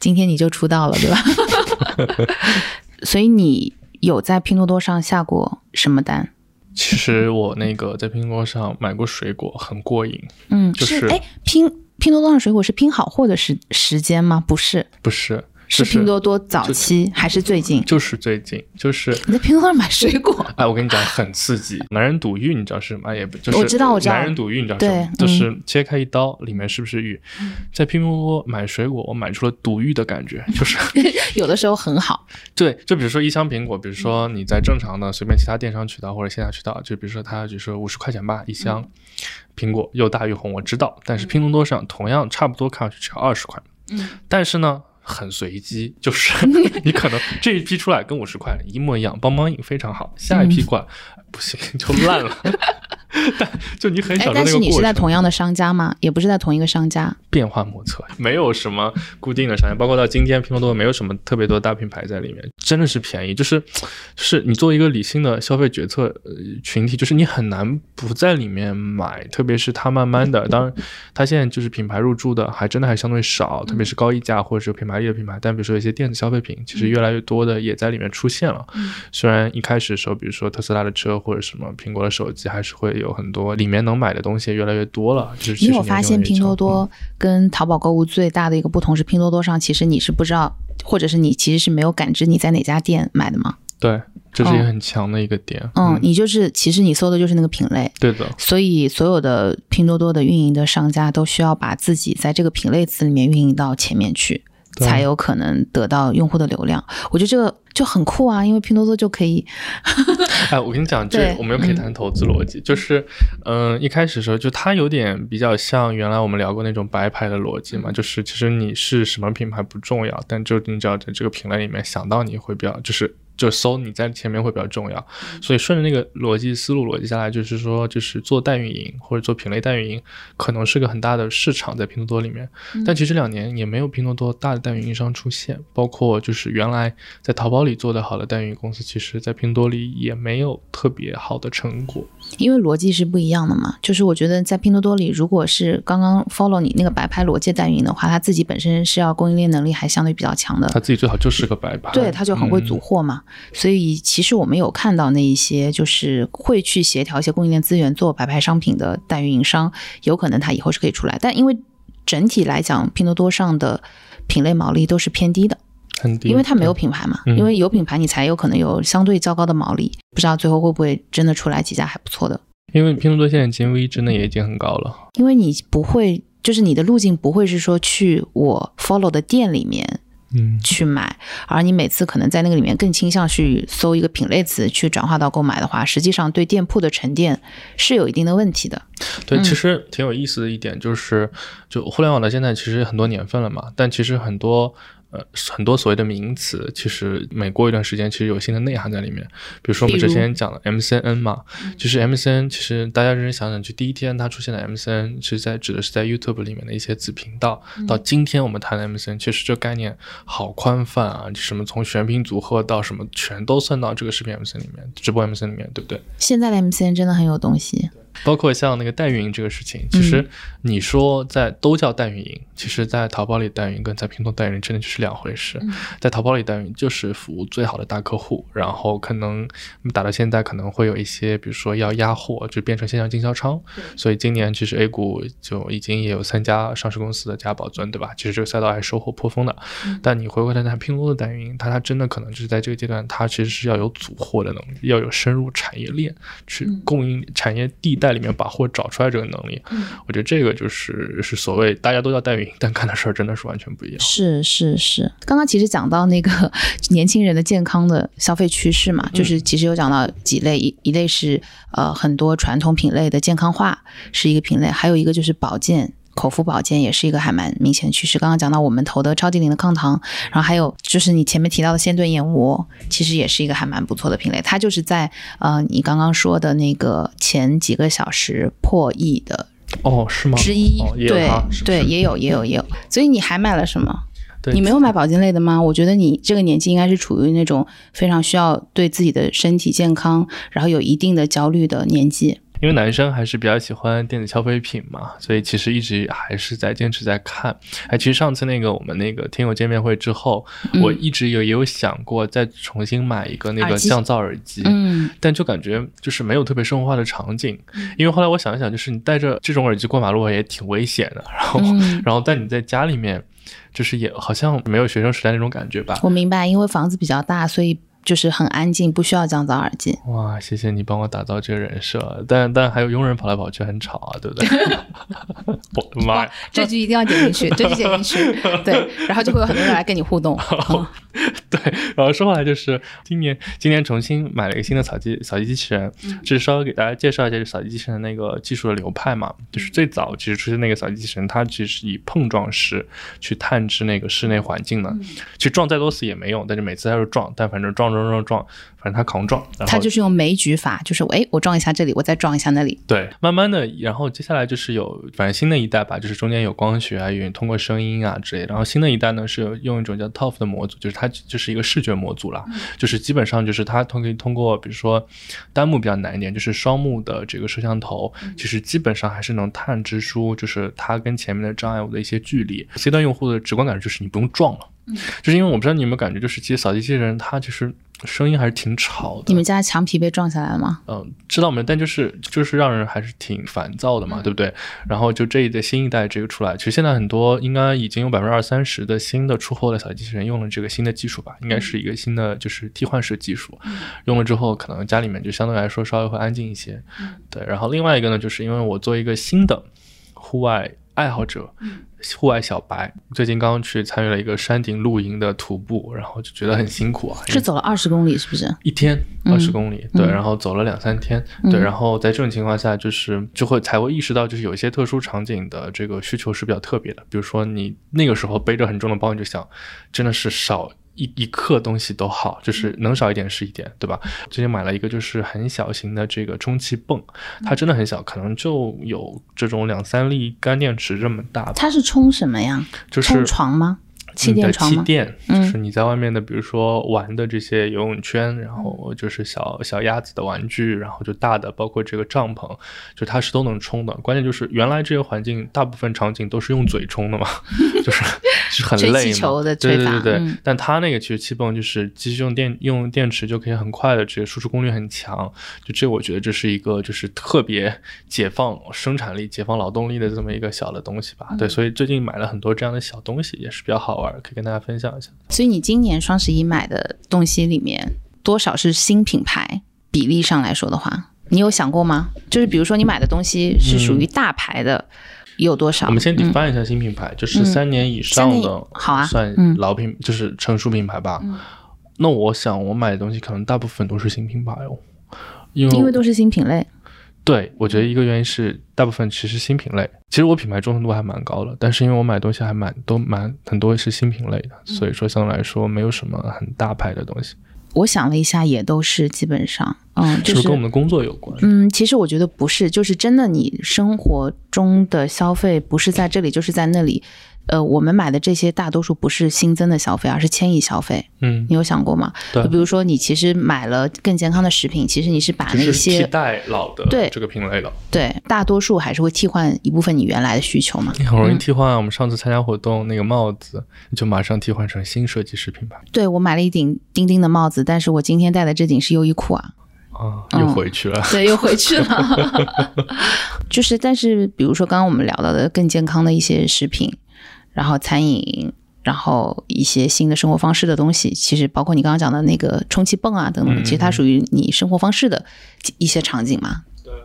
Speaker 1: 今天你就出道了，对吧？ 所以你有在拼多多上下过什么单？
Speaker 2: 其实我那个在拼多多上买过水果，很过瘾。
Speaker 1: 嗯，
Speaker 2: 就是
Speaker 1: 哎，拼拼多多上水果是拼好货的时时间吗？不是，
Speaker 2: 不是，
Speaker 1: 是
Speaker 2: 就是
Speaker 1: 拼多多早期还是最近？
Speaker 2: 就是最近，就是，
Speaker 1: 你在拼多多上买水果
Speaker 2: 哎，我跟你讲，很刺激。男人赌玉，你知道是什么？哎也不就是
Speaker 1: 我知道我知道
Speaker 2: 男人赌玉，你知道是什么？
Speaker 1: 对嗯
Speaker 2: 就是切开一刀，里面是不是玉？在拼多多买水果，我买出了赌玉的感觉，就是
Speaker 1: 有的时候很好。
Speaker 2: 对，就比如说一箱苹果，比如说你在正常的随便其他电商渠道或者线下渠道，就比如说它就是五十块钱吧一箱，
Speaker 1: 嗯
Speaker 2: 苹果又大又红，我知道，但是拼多多上同样差不多看上去只要二十块，
Speaker 1: 嗯，
Speaker 2: 但是呢。很随机，就是 你可能这一批出来跟五十块一模一样，帮帮印非常好，下一
Speaker 1: 嗯
Speaker 2: 批过来、不行就烂 了，但就你很
Speaker 1: 哎
Speaker 2: 享，受
Speaker 1: 但
Speaker 2: 那
Speaker 1: 是
Speaker 2: 个
Speaker 1: 你
Speaker 2: 过
Speaker 1: 是在
Speaker 2: 程，
Speaker 1: 同样的商家吗？也不是在同一个商家。
Speaker 2: 变化莫测，没有什么固定的商业，包括到今天拼多多没有什么特别多大品牌在里面，真的是便宜，就是就是你作为一个理性的消费决策呃群体，就是你很难不在里面买，特别是它慢慢的，当然它现在就是品牌入驻的还真的还相对少，特别是高溢价或者是有品牌力的品牌，但比如说一些电子消费品，其实越来越多的也在里面出现了。虽然一开始的时候，比如说特斯拉的车或者什么苹果的手机，还是会有很多里面能买的东西越来越多了。就是其
Speaker 1: 你
Speaker 2: 实
Speaker 1: 有发
Speaker 2: 年轻
Speaker 1: 现
Speaker 2: 人也
Speaker 1: 拼多
Speaker 2: 常
Speaker 1: 多跟淘宝购物最大的一个不同是，拼多多上其实你是不知道，或者是你其实是没有感知你在哪家店买的吗？
Speaker 2: 对，这是一个
Speaker 1: 嗯
Speaker 2: 很强的一个点。
Speaker 1: 嗯，，你就是其实你搜的就是那个品类。
Speaker 2: 对 的，
Speaker 1: 所以，所有的拼多多的运营的商家都需要把自己在这个品类词里面运营到前面去，
Speaker 2: 对
Speaker 1: 才有可能得到用户的流量。我觉得这个就很酷啊，因为拼多多就可以，
Speaker 2: 哎，我跟你讲，这
Speaker 1: 对嗯
Speaker 2: 我们又可以谈投资逻辑，就是，嗯、一开始的时候就它有点比较像原来我们聊过那种白牌的逻辑嘛，就是其实你是什么品牌不重要，但就你只要在这个品类里面想到你会比较，就是就搜你在前面会比较重要，
Speaker 1: 嗯
Speaker 2: 所以顺着那个逻辑思路逻辑下来，就是说就是做代运营或者做品类代运营，可能是个很大的市场在拼多多里面，
Speaker 1: 嗯
Speaker 2: 但其实两年也没有拼多多大的代运营商出现，包括就是原来在淘宝里做得好的代运营公司，其实在拼多多里也没有特别好的成果。
Speaker 1: 因为逻辑是不一样的嘛。就是我觉得在拼多多里，如果是刚刚 follow 你那个白牌逻辑代运营的话，他自己本身是要供应链能力还相对比较强的，
Speaker 2: 他自己最好就是个白牌，
Speaker 1: 对，他就很会组
Speaker 2: 嗯
Speaker 1: 货嘛。所以其实我们有看到那一些就是会去协调一些供应链资源做白牌商品的代运营商，有可能他以后是可以出来，但因为整体来讲，拼多多上的品类毛利都是偏低的，
Speaker 2: 很低，
Speaker 1: 因为它没有品牌嘛，
Speaker 2: 嗯
Speaker 1: 因为有品牌你才有可能有相对较高的毛利。不知道最后会不会真的出来几家还不错的，
Speaker 2: 因为拼多多现在 GMV 真的也已经很高了，
Speaker 1: 因为你不会。就是你的路径不会是说去我 follow 的店里面
Speaker 2: 嗯，
Speaker 1: 去买，而你每次可能在那个里面更倾向去搜一个品类词去转化到购买的话，实际上对店铺的沉淀是有一定的问题的。
Speaker 2: 对，
Speaker 1: 嗯
Speaker 2: 其实挺有意思的一点就是，就互联网到现在其实很多年份了嘛，但其实很多呃很多所谓的名词，其实每过一段时间其实有新的内涵在里面。比如说我们
Speaker 1: 比
Speaker 2: 之
Speaker 1: 如嗯
Speaker 2: 前讲的 MCN 嘛，就是 MCN，其实大家认真想想，就第一天它出现的 MCN 是在指的是在 YouTube 里面的一些子频道，
Speaker 1: 嗯
Speaker 2: 到今天我们谈的 MCN，其实这概念好宽泛啊，就什么从选品组合到什么全都算到这个视频 MCN 里面，直播 MCN 里面，对不对？
Speaker 1: 现在的 MCN 真的很有东西，
Speaker 2: 包括像那个代运营这个事情，其实你说在都叫代运营，其实，在淘宝里代运营跟在拼多多代运营真的就是两回事。在淘宝里代运营就是服务最好的大客户，然后可能打到现在可能会有一些，比如说要压货，就变成线上经销商。所以今年其实 A 股就已经也有三家上市公司的加保尊，对吧？其实这个赛道还收获颇丰的。但你回过头来看拼多多的代运营，它它真的可能就是在这个阶段，它其实是要有组货的能力，要有深入产业链去供应产业地带里面把货找出来这个能力。我觉得这个就是是所谓大家都叫代运营，但干的事儿真的是完全不一样。
Speaker 1: 是是是。刚刚其实讲到那个年轻人的健康的消费趋势嘛，就是其实有讲到几类，一一类是呃很多传统品类的健康化是一个品类，还有一个就是保健。口服保健也是一个还蛮明显的趋势。刚刚讲到我们投的超级灵的抗糖，然后还有就是你前面提到的鲜炖燕窝，其实也是一个还蛮不错的品类。它就是在呃你刚刚说的那个前几个小时破亿的
Speaker 2: 哦，是吗？
Speaker 1: 之一，
Speaker 2: 哦、也有
Speaker 1: 对
Speaker 2: 它是不是
Speaker 1: 对，也有也有也有。所以你还买了什么？
Speaker 2: 对
Speaker 1: 你没有买保健类的吗？我觉得你这个年纪应该是处于那种非常需要对自己的身体健康，然后有一定的焦虑的年纪。
Speaker 2: 因为男生还是比较喜欢电子消费品嘛，所以其实一直还是在坚持在看。哎，其实上次那个我们那个听友见面会之后，
Speaker 1: 嗯
Speaker 2: 我一直有也有想过再重新买一个那个
Speaker 1: 耳机
Speaker 2: 降噪耳机，
Speaker 1: 嗯，
Speaker 2: 但就感觉就是没有特别生活化的场景，因为后来我想一想，就是你戴着这种耳机过马路也挺危险的，然后、
Speaker 1: 嗯
Speaker 2: 然后但你在家里面，就是也好像没有学生时代那种感觉吧。
Speaker 1: 我明白，因为房子比较大，所以就是很安静，不需要降噪耳机。
Speaker 2: 哇，谢谢你帮我打造这个人设，但但还有佣人跑来跑去很吵啊，对不对？ 我的妈呀！
Speaker 1: 这句一定要点进 去，这句点进去，对，然后就会有很多人来跟你互动。
Speaker 2: 对，然后说回来就是今年今年重新买了一个新的扫地扫地机器人，就是稍微给大家介绍一下这扫地机器人的那个技术的流派嘛。就是最早其实出现那个扫地机器人，它其实是以碰撞式去探知那个室内环境的，其实撞再多次也没用，但是每次它就撞，但反正撞撞撞撞，反正它狂撞，然后
Speaker 1: 他就是用枚举法，就是哎，我撞一下这里，我再撞一下那里。
Speaker 2: 对，慢慢的，然后接下来就是有，反正新的一代吧，就是中间有光学啊，有通过声音啊之类的。然后新的一代呢是有用一种叫 TOF 的模组，就是它就是一个视觉模组啦，就是基本上就是它通可以通过，比如说单目比较难一点，就是双目的这个摄像头，其实基本上还是能探知出就是它跟前面的障碍物的一些距离。C 端用户的直观感受就是你不用撞了，就是因为我不知道你有没有感觉，就是其实扫地机器人它就是声音还是挺吵的
Speaker 1: 你。们家墙皮被撞下来了吗？
Speaker 2: 嗯，知道没？但就是就是让人还是挺烦躁的嘛，对不对？然后就这一代新一代这个出来，其实现在很多应该已经有百分之二三十的新的出货的扫地机器人用了这个新的技术吧，应该是一个新的就是替换式技术，用了之后可能家里面就相对来说稍微会安静一些。对，然后另外一个呢，就是因为我做一个新的户外爱好者，户外小白，最近刚刚去参与了一个山顶露营的徒步，然后就觉得很辛苦啊，因为
Speaker 1: 是走了二十公里，是不是？
Speaker 2: 一天
Speaker 1: 嗯
Speaker 2: 二十公里，对，
Speaker 1: 嗯
Speaker 2: 然后走了两三天，
Speaker 1: 嗯
Speaker 2: 对，然后在这种情况下，就是就会才会意识到，就是有一些特殊场景的这个需求是比较特别的，比如说你那个时候背着很重的包，你就想，真的是少。一一克东西都好，就是能少一点是一点，对吧？最近买了一个就是很小型的这个充气泵，它
Speaker 1: 嗯
Speaker 2: 真的很小，可能就有这种两三粒干电池这么大吧。
Speaker 1: 它是冲什么呀？
Speaker 2: 就是
Speaker 1: 冲床吗？气
Speaker 2: 你的
Speaker 1: 垫床
Speaker 2: 气
Speaker 1: 吗？
Speaker 2: 垫，
Speaker 1: 嗯
Speaker 2: 就是你在外面的，比如说玩的这些游泳圈，然
Speaker 1: 嗯
Speaker 2: 后就是小小鸭子的玩具，然后就大的，包括这个帐篷，就它是都能充的。关键就是原来这些环境大部分场景都是用嘴充的嘛， 就是是很
Speaker 1: 吹
Speaker 2: 累
Speaker 1: 气
Speaker 2: 嘛
Speaker 1: 球的
Speaker 2: 对
Speaker 1: 吹
Speaker 2: 对
Speaker 1: 法
Speaker 2: 对对。
Speaker 1: 嗯
Speaker 2: 但它那个其实气泵就是继续用电用电池就可以很快的，这个输出功率很强。就这，我觉得这是一个就是特别解放生产力、解放劳动力的这么一个小的东西吧。
Speaker 1: 嗯
Speaker 2: 对，所以最近买了很多这样的小东西，也是比较好玩，可以跟大家分享一下。
Speaker 1: 所以你今年双十一买的东西里面，多少是新品牌？比例上来说的话，你有想过吗？就是比如说你买的东西是属于大牌的，有多少？
Speaker 2: 我们先
Speaker 1: 嗯
Speaker 2: define 一下新品牌，就是
Speaker 1: 嗯
Speaker 2: 三年以
Speaker 1: 三
Speaker 2: 上
Speaker 1: 年以
Speaker 2: 的，
Speaker 1: 好啊
Speaker 2: 算
Speaker 1: 嗯
Speaker 2: 老品，就是成熟品牌吧。那我想我买的东西可能大部分都是新品牌哦，因为
Speaker 1: 因为都是新品类。
Speaker 2: 对，我觉得一个原因是大部分其实新品类，其实我品牌忠诚度还蛮高的，但是因为我买东西还蛮都蛮很多是新品类的，
Speaker 1: 嗯
Speaker 2: 所以说相对来说没有什么很大牌的东西，
Speaker 1: 我想了一下，也都是基本上，嗯，就是
Speaker 2: 不是跟我们的工作有关？
Speaker 1: 嗯，其实我觉得不是，就是真的，你生活中的消费不是在这里，就是在那里。呃，我们买的这些大多数不是新增的消费，而是迁移消费。
Speaker 2: 嗯，
Speaker 1: 你有想过吗？
Speaker 2: 对
Speaker 1: 就比如说，你其实买了更健康的食品，其实你是把
Speaker 2: 就
Speaker 1: 那
Speaker 2: 是替
Speaker 1: 些
Speaker 2: 代老的
Speaker 1: 对
Speaker 2: 这个品类了。
Speaker 1: 对大多数还是会替换一部分你原来的需求嘛。
Speaker 2: 你很容易替换啊。我们上次参加活动那个帽子，你就马上替换成新设计师品牌
Speaker 1: 对我买了一顶钉钉的帽子，但是我今天戴的这顶是优衣库啊。
Speaker 2: 啊，
Speaker 1: 嗯
Speaker 2: 又回去了。
Speaker 1: 对，又回去了。 就是，但是比如说刚刚我们聊到的更健康的一些食品，然后餐饮，然后一些新的生活方式的东西，其实包括你刚刚讲的那个充气泵啊等等，
Speaker 2: 嗯
Speaker 1: 其实它属于你生活方式的一些场景嘛。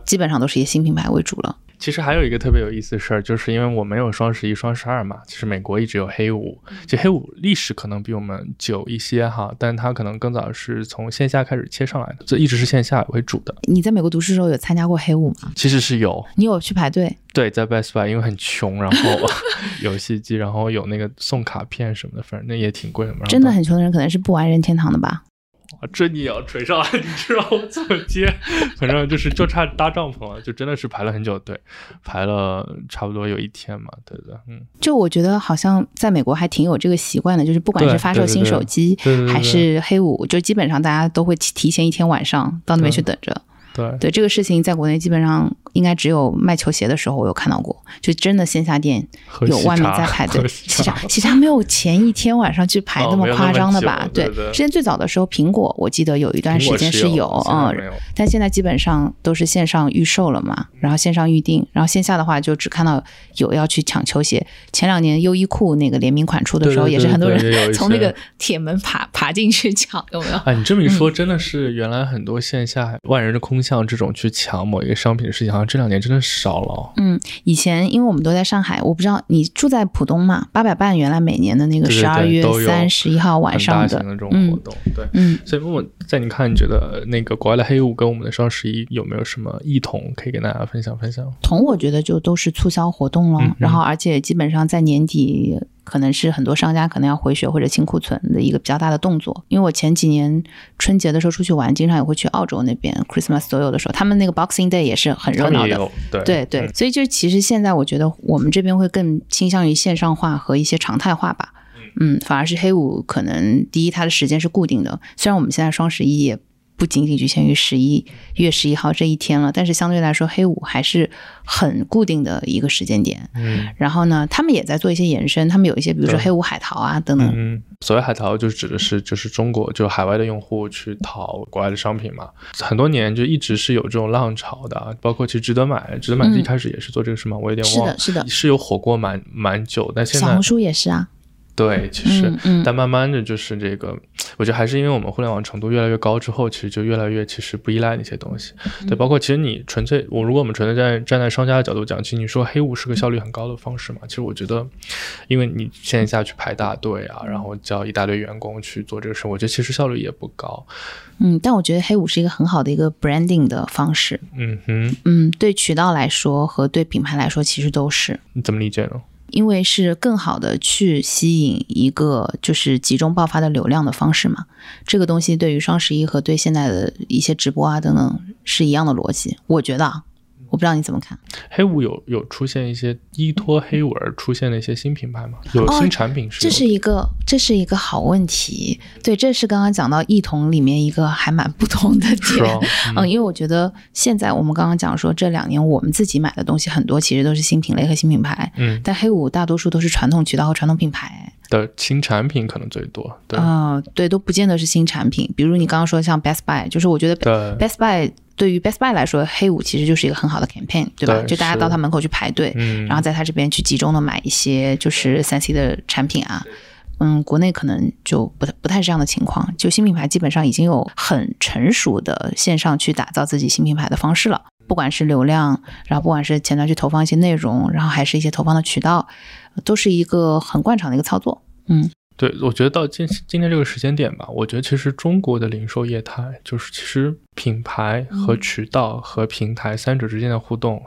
Speaker 1: 基本上都是以新品牌为主了。
Speaker 2: 其实还有一个特别有意思的事儿，就是因为我们有双十一、双十二嘛，其实美国一直有黑五，其实黑五历史可能比我们久一些哈，但它可能更早是从线下开始切上来的，这一直是线下为主的。
Speaker 1: 你在美国读书的时候有参加过黑五吗？
Speaker 2: 其实是有
Speaker 1: 你有去排队？
Speaker 2: 对，在 Best Buy 因为很穷，然后 游戏机，然后有那个送卡片什么的，反正那也挺贵的嘛。然后
Speaker 1: 真的很穷的人可能是不玩任天堂的吧？
Speaker 2: 啊，这你也要锤上来， 你知道我怎么接？ 反正就是就差搭帐篷了，就真的是排了很久队，排了差不多有一天嘛，对的，嗯，
Speaker 1: 就我觉得好像在美国还挺有这个习惯的，就是不管
Speaker 2: 对
Speaker 1: 是发售
Speaker 2: 对对
Speaker 1: 新
Speaker 2: 对
Speaker 1: 手机
Speaker 2: 对对对
Speaker 1: 还是黑五，就基本上大家都会提提前一天晚上到那边去等着。
Speaker 2: 对
Speaker 1: 对这个事情，在国内基本上应该只有卖球鞋的时候我有看到过，就真的线下店
Speaker 2: 喝
Speaker 1: 有
Speaker 2: 喜
Speaker 1: 外面
Speaker 2: 茶
Speaker 1: 在排 队
Speaker 2: 喝。
Speaker 1: 喜
Speaker 2: 喜
Speaker 1: 茶
Speaker 2: 茶，
Speaker 1: 喜茶没有前一天晚上去排
Speaker 2: 哦
Speaker 1: 那么
Speaker 2: 没有那
Speaker 1: 夸
Speaker 2: 么
Speaker 1: 张的
Speaker 2: 久
Speaker 1: 吧？
Speaker 2: 对对
Speaker 1: 之前最早的时候，苹果我记得有一段
Speaker 2: 苹
Speaker 1: 时
Speaker 2: 果
Speaker 1: 间
Speaker 2: 是
Speaker 1: 是
Speaker 2: 有现在
Speaker 1: 嗯
Speaker 2: 没有，
Speaker 1: 但现在基本上都是线上预售了嘛，然后线上预定，然后线下的话就只看到有要去抢球鞋。前两年优衣库那个联名款出的
Speaker 2: 对
Speaker 1: 时候，
Speaker 2: 对
Speaker 1: 也是
Speaker 2: 对
Speaker 1: 很多
Speaker 2: 对
Speaker 1: 人
Speaker 2: 也有一
Speaker 1: 从那
Speaker 2: 些
Speaker 1: 个嗯铁门爬爬进去抢，有没有？
Speaker 2: 啊，你这么一说，真的是原来很多线下万人的空巷这种去抢某一个商品的事情，好像这两年真的少了哦。
Speaker 1: 嗯，以前因为我们都在上海，我不知道你住在浦东嘛？八百伴原来每年的那个
Speaker 2: 对对
Speaker 1: 十二
Speaker 2: 对
Speaker 1: 月
Speaker 2: 都有
Speaker 1: 三十一号晚
Speaker 2: 很
Speaker 1: 上
Speaker 2: 大
Speaker 1: 的
Speaker 2: 型的这种活
Speaker 1: 嗯
Speaker 2: 动，对。
Speaker 1: 嗯，
Speaker 2: 所以，默默，在你看，你觉得那个国外的黑五跟我们的双十一有没有什么异同，可以跟大家分享分享？
Speaker 1: 同我觉得就都是促销活动了，
Speaker 2: 嗯嗯
Speaker 1: 然后而且基本上在年底。可能是很多商家可能要回血或者清库存的一个比较大的动作，因为我前几年春节的时候出去玩，经常也会去澳洲那边 Christmas 左右的时候，他们那个 Boxing Day 也是很热
Speaker 2: 他们
Speaker 1: 闹
Speaker 2: 也
Speaker 1: 的，
Speaker 2: 有，对嗯
Speaker 1: 对对，所以就其实现在我觉得我们这边会更倾向于线上化和一些常态化吧。嗯，反而是黑五可能第一它的时间是固定的，虽然我们现在双十一也不仅仅局限于十一
Speaker 2: 嗯
Speaker 1: 月十一号这一天了，但是相对来说黑五还是很固定的一个时间点。
Speaker 2: 嗯
Speaker 1: 然后呢，他们也在做一些延伸，他们有一些比如说
Speaker 2: 对
Speaker 1: 黑五海淘啊等
Speaker 2: 嗯
Speaker 1: 等。
Speaker 2: 嗯，所谓海淘就是指的是就是中国就海外的用户去淘国外的商品嘛，很多年就一直是有这种浪潮的啊，包括其实值得买，值得买
Speaker 1: 嗯
Speaker 2: 一开始也是做这个事嘛，我有点
Speaker 1: 是
Speaker 2: 忘
Speaker 1: 的，
Speaker 2: 了。
Speaker 1: 是的，
Speaker 2: 是有火锅蛮蛮久，但现
Speaker 1: 小
Speaker 2: 在
Speaker 1: 红书也是啊。
Speaker 2: 对，其实
Speaker 1: 嗯嗯，
Speaker 2: 但慢慢的就是这个，我觉得还是因为我们互联网程度越来越高之后，其实就越来越其实不依赖那些东西。
Speaker 1: 嗯
Speaker 2: 对，包括其实你纯粹，我如果我们纯粹站站在商家的角度讲，其实你说黑五是个效率很高的方式嘛，其实我觉得，因为你线下去排大队啊，然后叫一大堆员工去做这个事，我觉得其实效率也不高。
Speaker 1: 嗯，但我觉得黑五是一个很好的一个 branding 的方式。
Speaker 2: 嗯哼，
Speaker 1: 嗯，对渠道来说和对品牌来说，其实都是。
Speaker 2: 你怎么理解呢？
Speaker 1: 因为是更好的去吸引一个就是集中爆发的流量的方式嘛，这个东西对于双十一和对现在的一些直播啊等等是一样的逻辑，我觉得啊，
Speaker 2: 嗯
Speaker 1: 我不知道你怎么看。
Speaker 2: 黑五有有出现一些依托黑五而出现的一些新品牌吗？有
Speaker 1: 哦
Speaker 2: 新产品是
Speaker 1: 这
Speaker 2: 有
Speaker 1: 是一个，这是一个好问题。对，这是刚刚讲到异同里面一个还蛮不同的
Speaker 2: 是啊吧。？
Speaker 1: 点嗯，因为我觉得现在我们刚刚讲说，这两年我们自己买的东西很多，其实都是新品类和新品牌，
Speaker 2: 嗯
Speaker 1: 但黑五大多数都是传统渠道和传统品牌。哎
Speaker 2: 的新产品可能最多，对、
Speaker 1: 啊、对，都不见得是新产品。比如你刚刚说像 Best Buy，就是我觉得
Speaker 2: 对，
Speaker 1: Best Buy 对于 Best Buy 来说，黑五其实就是一个很好的 campaign，对吧？
Speaker 2: 对
Speaker 1: 就大家
Speaker 2: 是
Speaker 1: 到他门口去排队，
Speaker 2: 嗯，
Speaker 1: 然后在他这边去集中的买一些就是三 C 的产品啊。嗯，国内可能就不太不太是这样的情况，就新品牌基本上已经有很成熟的线上去打造自己新品牌的方式了，不管是流量，然后不管是前端去投放一些内容，然后还是一些投放的渠道，都是一个很惯常的一个操作。嗯，
Speaker 2: 对，我觉得到今今天这个时间点吧，我觉得其实中国的零售业态就是其实品牌
Speaker 1: 嗯
Speaker 2: 和渠道和平台三者之间的互动。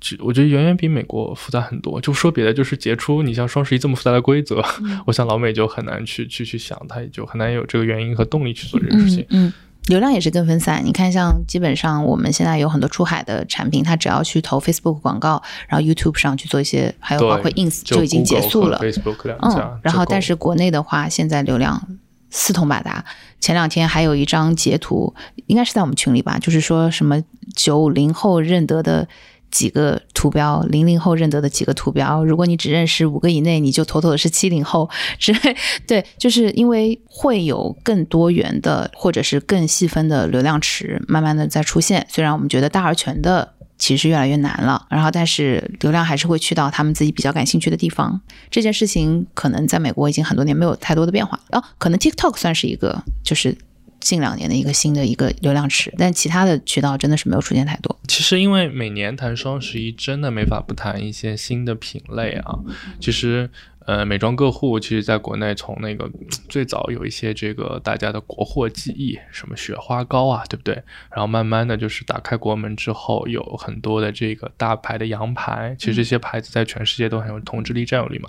Speaker 2: 其我觉得远远比美国复杂很多。就说别的，就是杰出，你像双十一这么复杂的规则，
Speaker 1: 嗯
Speaker 2: 我想老美就很难去去去想，他也就很难有这个原因和动力去做这个事情。
Speaker 1: 嗯嗯，流量也是更分散。你看，像基本上我们现在有很多出海的产品，它只要去投 Facebook 广告，然后 YouTube 上去做一些，还有
Speaker 2: 对
Speaker 1: 包括 Ins
Speaker 2: 就
Speaker 1: 已经结
Speaker 2: Google
Speaker 1: 束
Speaker 2: 和
Speaker 1: 了。
Speaker 2: Facebook 两家
Speaker 1: 嗯，，然后
Speaker 2: 就够
Speaker 1: 但是国内的话，现在流量。四通八达。前两天还有一张截图，应该是在我们群里吧，就是说什么九零后认得的几个图标，零零后认得的几个图标。如果你只认识五个以内，你就妥妥的是七零后之类。对，就是因为会有更多元的或者是更细分的流量池，慢慢的在出现。虽然我们觉得大而全的。其实越来越难了，然后但是流量还是会去到他们自己比较感兴趣的地方。这件事情可能在美国已经很多年没有太多的变化了。哦，可能 TikTok 算是一个就是近两年的一个新的一个流量池，但其他的渠道真的是没有出现太多。
Speaker 2: 其实，因为每年谈双十一，真的没法不谈一些新的品类啊。其实，呃，美妆个护其实在国内从那个嗯最早有一些这个大家的国货记忆，什么雪花膏啊，对不对？然后慢慢的就是打开国门之后，有很多的这个大牌的洋牌，其实这些牌子在全世界都很有统治力、占有力嘛。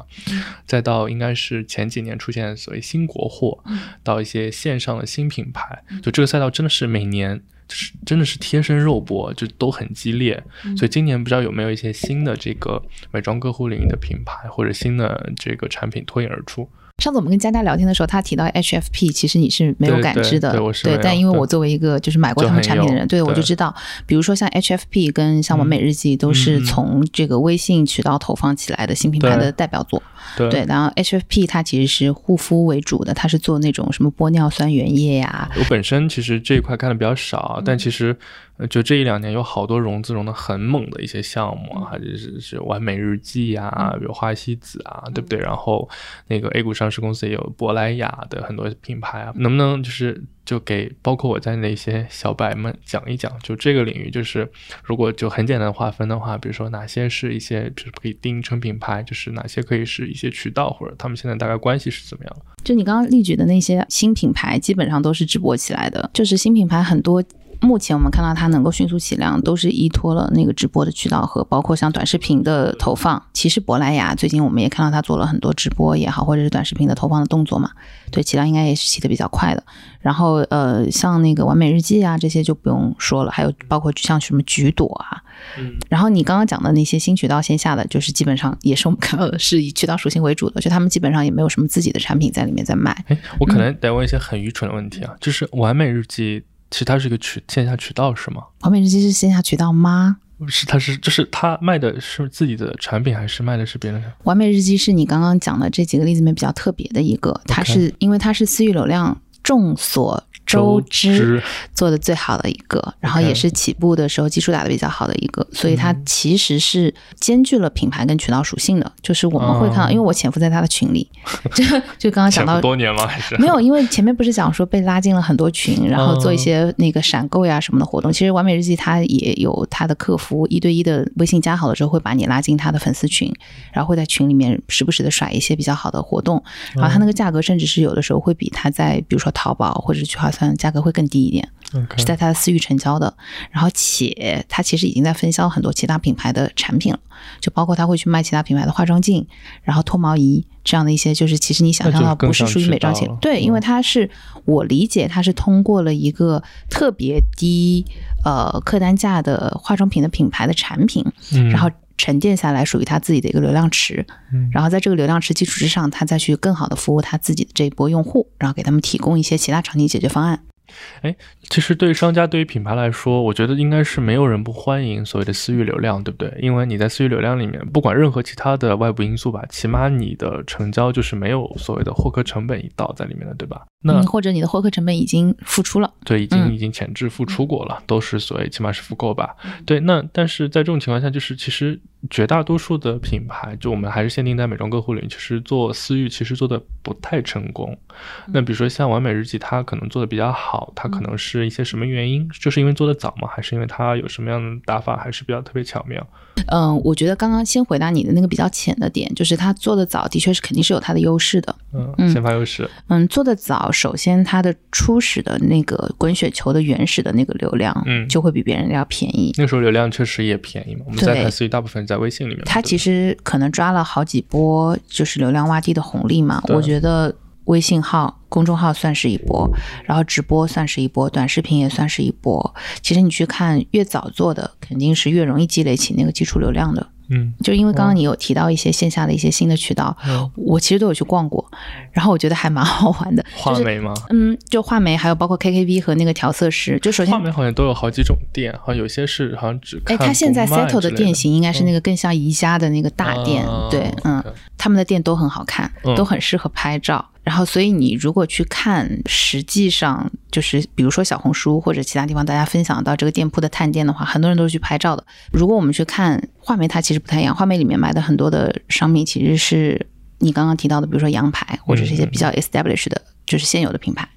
Speaker 2: 再到应该是前几年出现的所谓新国货，到一些线上的新品牌，就这个赛道真的是每年。就是真的是贴身肉搏，就都很激烈，所以今年不知道有没有一些新的这个美妆个护领域的品牌或者新的这个产品脱颖而出。
Speaker 1: 上次我们跟佳佳聊天的时候，她提到 HFP，其实你是没有
Speaker 2: 对
Speaker 1: 感
Speaker 2: 对
Speaker 1: 知的，
Speaker 2: 对我是没有
Speaker 1: 但因为
Speaker 2: 对
Speaker 1: 我作为一个就是买过
Speaker 2: 就
Speaker 1: 他们
Speaker 2: 很
Speaker 1: 产品的
Speaker 2: 有
Speaker 1: 人，对我就
Speaker 2: 对
Speaker 1: 知道，比如说像 HFP 跟像完美日记都是
Speaker 2: 嗯嗯
Speaker 1: 从这个微信渠道投放起来的新品牌
Speaker 2: 对
Speaker 1: 的代表作。
Speaker 2: 对
Speaker 1: 对，然后 HFP 它其实是护肤为主的，它是做那种什么玻尿酸原液啊呀、
Speaker 2: 我本身其实这一块看的比较少，啊但其实呃就这一两年有好多融资融的很猛的一些项目啊，就是是完美日记啊，比如花西子啊，对不对？然后那个 A 股上市公司也有珀莱雅的很多品牌啊，能不能就是就给包括我在内的一些小白们讲一讲，就这个领域，就是如果就很简单的划分的话，比如说哪些是一些就是可以定成品牌，就是哪些可以是一些渠道，或者他们现在大概关系是怎么样？
Speaker 1: 就你刚刚例举的那些新品牌，基本上都是直播起来的。就是新品牌很多，目前我们看到它能够迅速起量，都是依托了那个直播的渠道和包括像短视频的投放。其实珀莱雅最近我们也看到它做了很多直播也好，或者是短视频的投放的动作嘛，对，起量应该也是起得比较快的。然后呃，像那个完美日记啊这些就不用说了，还有包括像什么橘朵啊，
Speaker 2: 嗯，
Speaker 1: 然后你刚刚讲的那些新渠道线下的，就是基本上也是我们看到的是以渠道属性为主的，就他们基本上也没有什么自己的产品在里面在卖。
Speaker 2: 哎，我可能得问一些很愚蠢的问题啊，就是完美日记，其实它是一个渠线下渠道是吗？
Speaker 1: 完美日记是线下渠道吗？
Speaker 2: 是，它是就是它卖的是自己的产品，还是卖的是别人的？
Speaker 1: 完美日记是你刚刚讲的这几个例子里面比较特别的一个，它是因为它是私域流量众所周知
Speaker 2: 知
Speaker 1: 做的最好的一个，然后
Speaker 2: OK 嗯
Speaker 1: 也是起步的时候基础打的比较好的一个，所以它其实是兼具了品牌跟渠道属性的。就是我们会看到，
Speaker 2: 哦
Speaker 1: 因为我潜伏在他的群里， 就就刚刚讲
Speaker 2: 潜
Speaker 1: 到
Speaker 2: 伏多年吗？还是
Speaker 1: 没有，因为前面不是讲说被拉进了很多群，然后做一些那个闪购呀什么的活动。其实完美日记它也有它的客服一对一的微信加好了之后，会把你拉进它的粉丝群，然后会在群里面时不时的甩一些比较好的活动。然后它那个价格甚至是有的时候会比它在比如说淘宝或者是聚划算价格会更低一点，是
Speaker 2: 嗯 OK
Speaker 1: 在它的私域成交的。然后且它其实已经在分销很多其他品牌的产品了，就包括它会去卖其他品牌的化妆镜，然后脱毛仪这样的一些，就是其实你想象
Speaker 2: 那
Speaker 1: 到
Speaker 2: 就更
Speaker 1: 不是属于美妆
Speaker 2: 像渠道
Speaker 1: 品
Speaker 2: 了，嗯
Speaker 1: 对，因为它是我理解它是通过了一个特别低呃客单价的化妆品的品牌的产品，
Speaker 2: 嗯
Speaker 1: 然后。沉淀下来属于它自己的一个流量池，然后在这个流量池基础之上，它再去更好的服务它自己的这一波用户，然后给他们提供一些其他场景解决方案。
Speaker 2: 其实对于商家、对于品牌来说，我觉得应该是没有人不欢迎所谓的私域流量，对不对？因为你在私域流量里面，不管任何其他的外部因素吧，起码你的成交就是没有所谓的获客成本一道在里面的，对吧？那
Speaker 1: 嗯，或者你的获客成本已经付出了，
Speaker 2: 对，已经
Speaker 1: 嗯
Speaker 2: 已经前置付出过了，都是所谓起码是复购吧。
Speaker 1: 嗯
Speaker 2: 对，那但是在这种情况下，就是其实绝大多数的品牌，就我们还是限定在美妆客户领域，其实做私域其实做的不太成功。
Speaker 1: 嗯
Speaker 2: 那比如说像完美日记，它可能做的比较好，它可能是一些什么原因？就是因为做的早吗？还是因为它有什么样的打法还是比较特别巧妙？
Speaker 1: 嗯，我觉得刚刚先回答你的那个比较浅的点，就是它做的早，的确是肯定是有它的优势的。
Speaker 2: 嗯，
Speaker 1: 嗯
Speaker 2: 先发优势，
Speaker 1: 嗯，做的早，首先它的初始的那个滚雪球的原始的那个流量，
Speaker 2: 嗯
Speaker 1: 就会比别人要便宜。
Speaker 2: 那时候流量确实也便宜嘛。我们在
Speaker 1: 对
Speaker 2: 谈私域，大部分在微信里面嘛。
Speaker 1: 它
Speaker 2: 对
Speaker 1: 其实可能抓了好几波就是流量洼地的红利嘛，
Speaker 2: 对
Speaker 1: 我觉得。微信号、公众号算是一波，然后直播算是一波，短视频也算是一波。其实你去看，越早做的肯定是越容易积累起那个基础流量的。
Speaker 2: 嗯，
Speaker 1: 就因为刚刚你有提到一些线下的一些新的渠道，
Speaker 2: 嗯
Speaker 1: 我其实都有去逛过，然后我觉得还蛮好玩的。
Speaker 2: 画
Speaker 1: 就是
Speaker 2: 眉吗？
Speaker 1: 嗯，就画眉，还有包括 KKV 和那个调色师。就首先
Speaker 2: 画，眉好像都有好几种店，好像有些是好像只看
Speaker 1: 哎，
Speaker 2: 不
Speaker 1: 他现在
Speaker 2: 卖
Speaker 1: settle
Speaker 2: 之
Speaker 1: 的
Speaker 2: 类嗯
Speaker 1: 店型应该是那个更像宜家的那个大店，
Speaker 2: 啊
Speaker 1: 对，嗯，
Speaker 2: OK
Speaker 1: 他们的店都很好看，
Speaker 2: 嗯
Speaker 1: 都很适合拍照。然后，所以你如果去看，实际上就是比如说小红书或者其他地方大家分享到这个店铺的探店的话，很多人都是去拍照的。如果我们去看画眉，它其实不太一样，画眉里面卖的很多的商品其实是你刚刚提到的，比如说羊排或者是
Speaker 2: 嗯
Speaker 1: 一些比较 established 的，就是现有的品牌。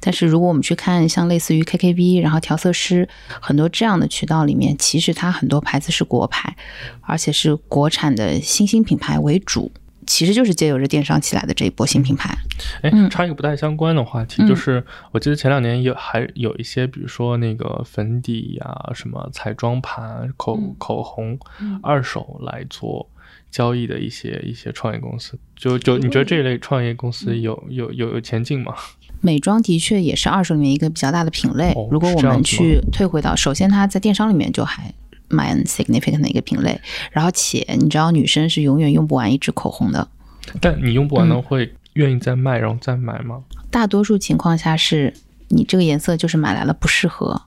Speaker 1: 但是如果我们去看像类似于 KKV，然后调色师很多这样的渠道里面，其实它很多牌子是国牌，而且是国产的新兴品牌为主，其实就是借由着电商起来的这一波新品牌。
Speaker 2: 哎
Speaker 1: 嗯，
Speaker 2: 插一个不太相关的话题，
Speaker 1: 嗯
Speaker 2: 就是我记得前两年有还有一些，比如说那个粉底呀、什么彩妆盘、口
Speaker 1: 嗯
Speaker 2: 口红
Speaker 1: 嗯，
Speaker 2: 二手来做交易的一些一些创业公司，就就你
Speaker 1: 嗯
Speaker 2: 觉得这一类创业公司有有有有前景吗？
Speaker 1: 美妆的确也是二手里面一个比较大的品类。
Speaker 2: 哦
Speaker 1: 如果我
Speaker 2: 是这样
Speaker 1: 们
Speaker 2: 子吗
Speaker 1: 去退回到，首先它在电商里面就还蛮 significant 的一个品类，然后且你知道女生是永远用不完一支口红的，
Speaker 2: 但你用不完呢，
Speaker 1: 嗯
Speaker 2: 会愿意再卖，然后再买吗？
Speaker 1: 大多数情况下是你这个颜色就是买来了不适合，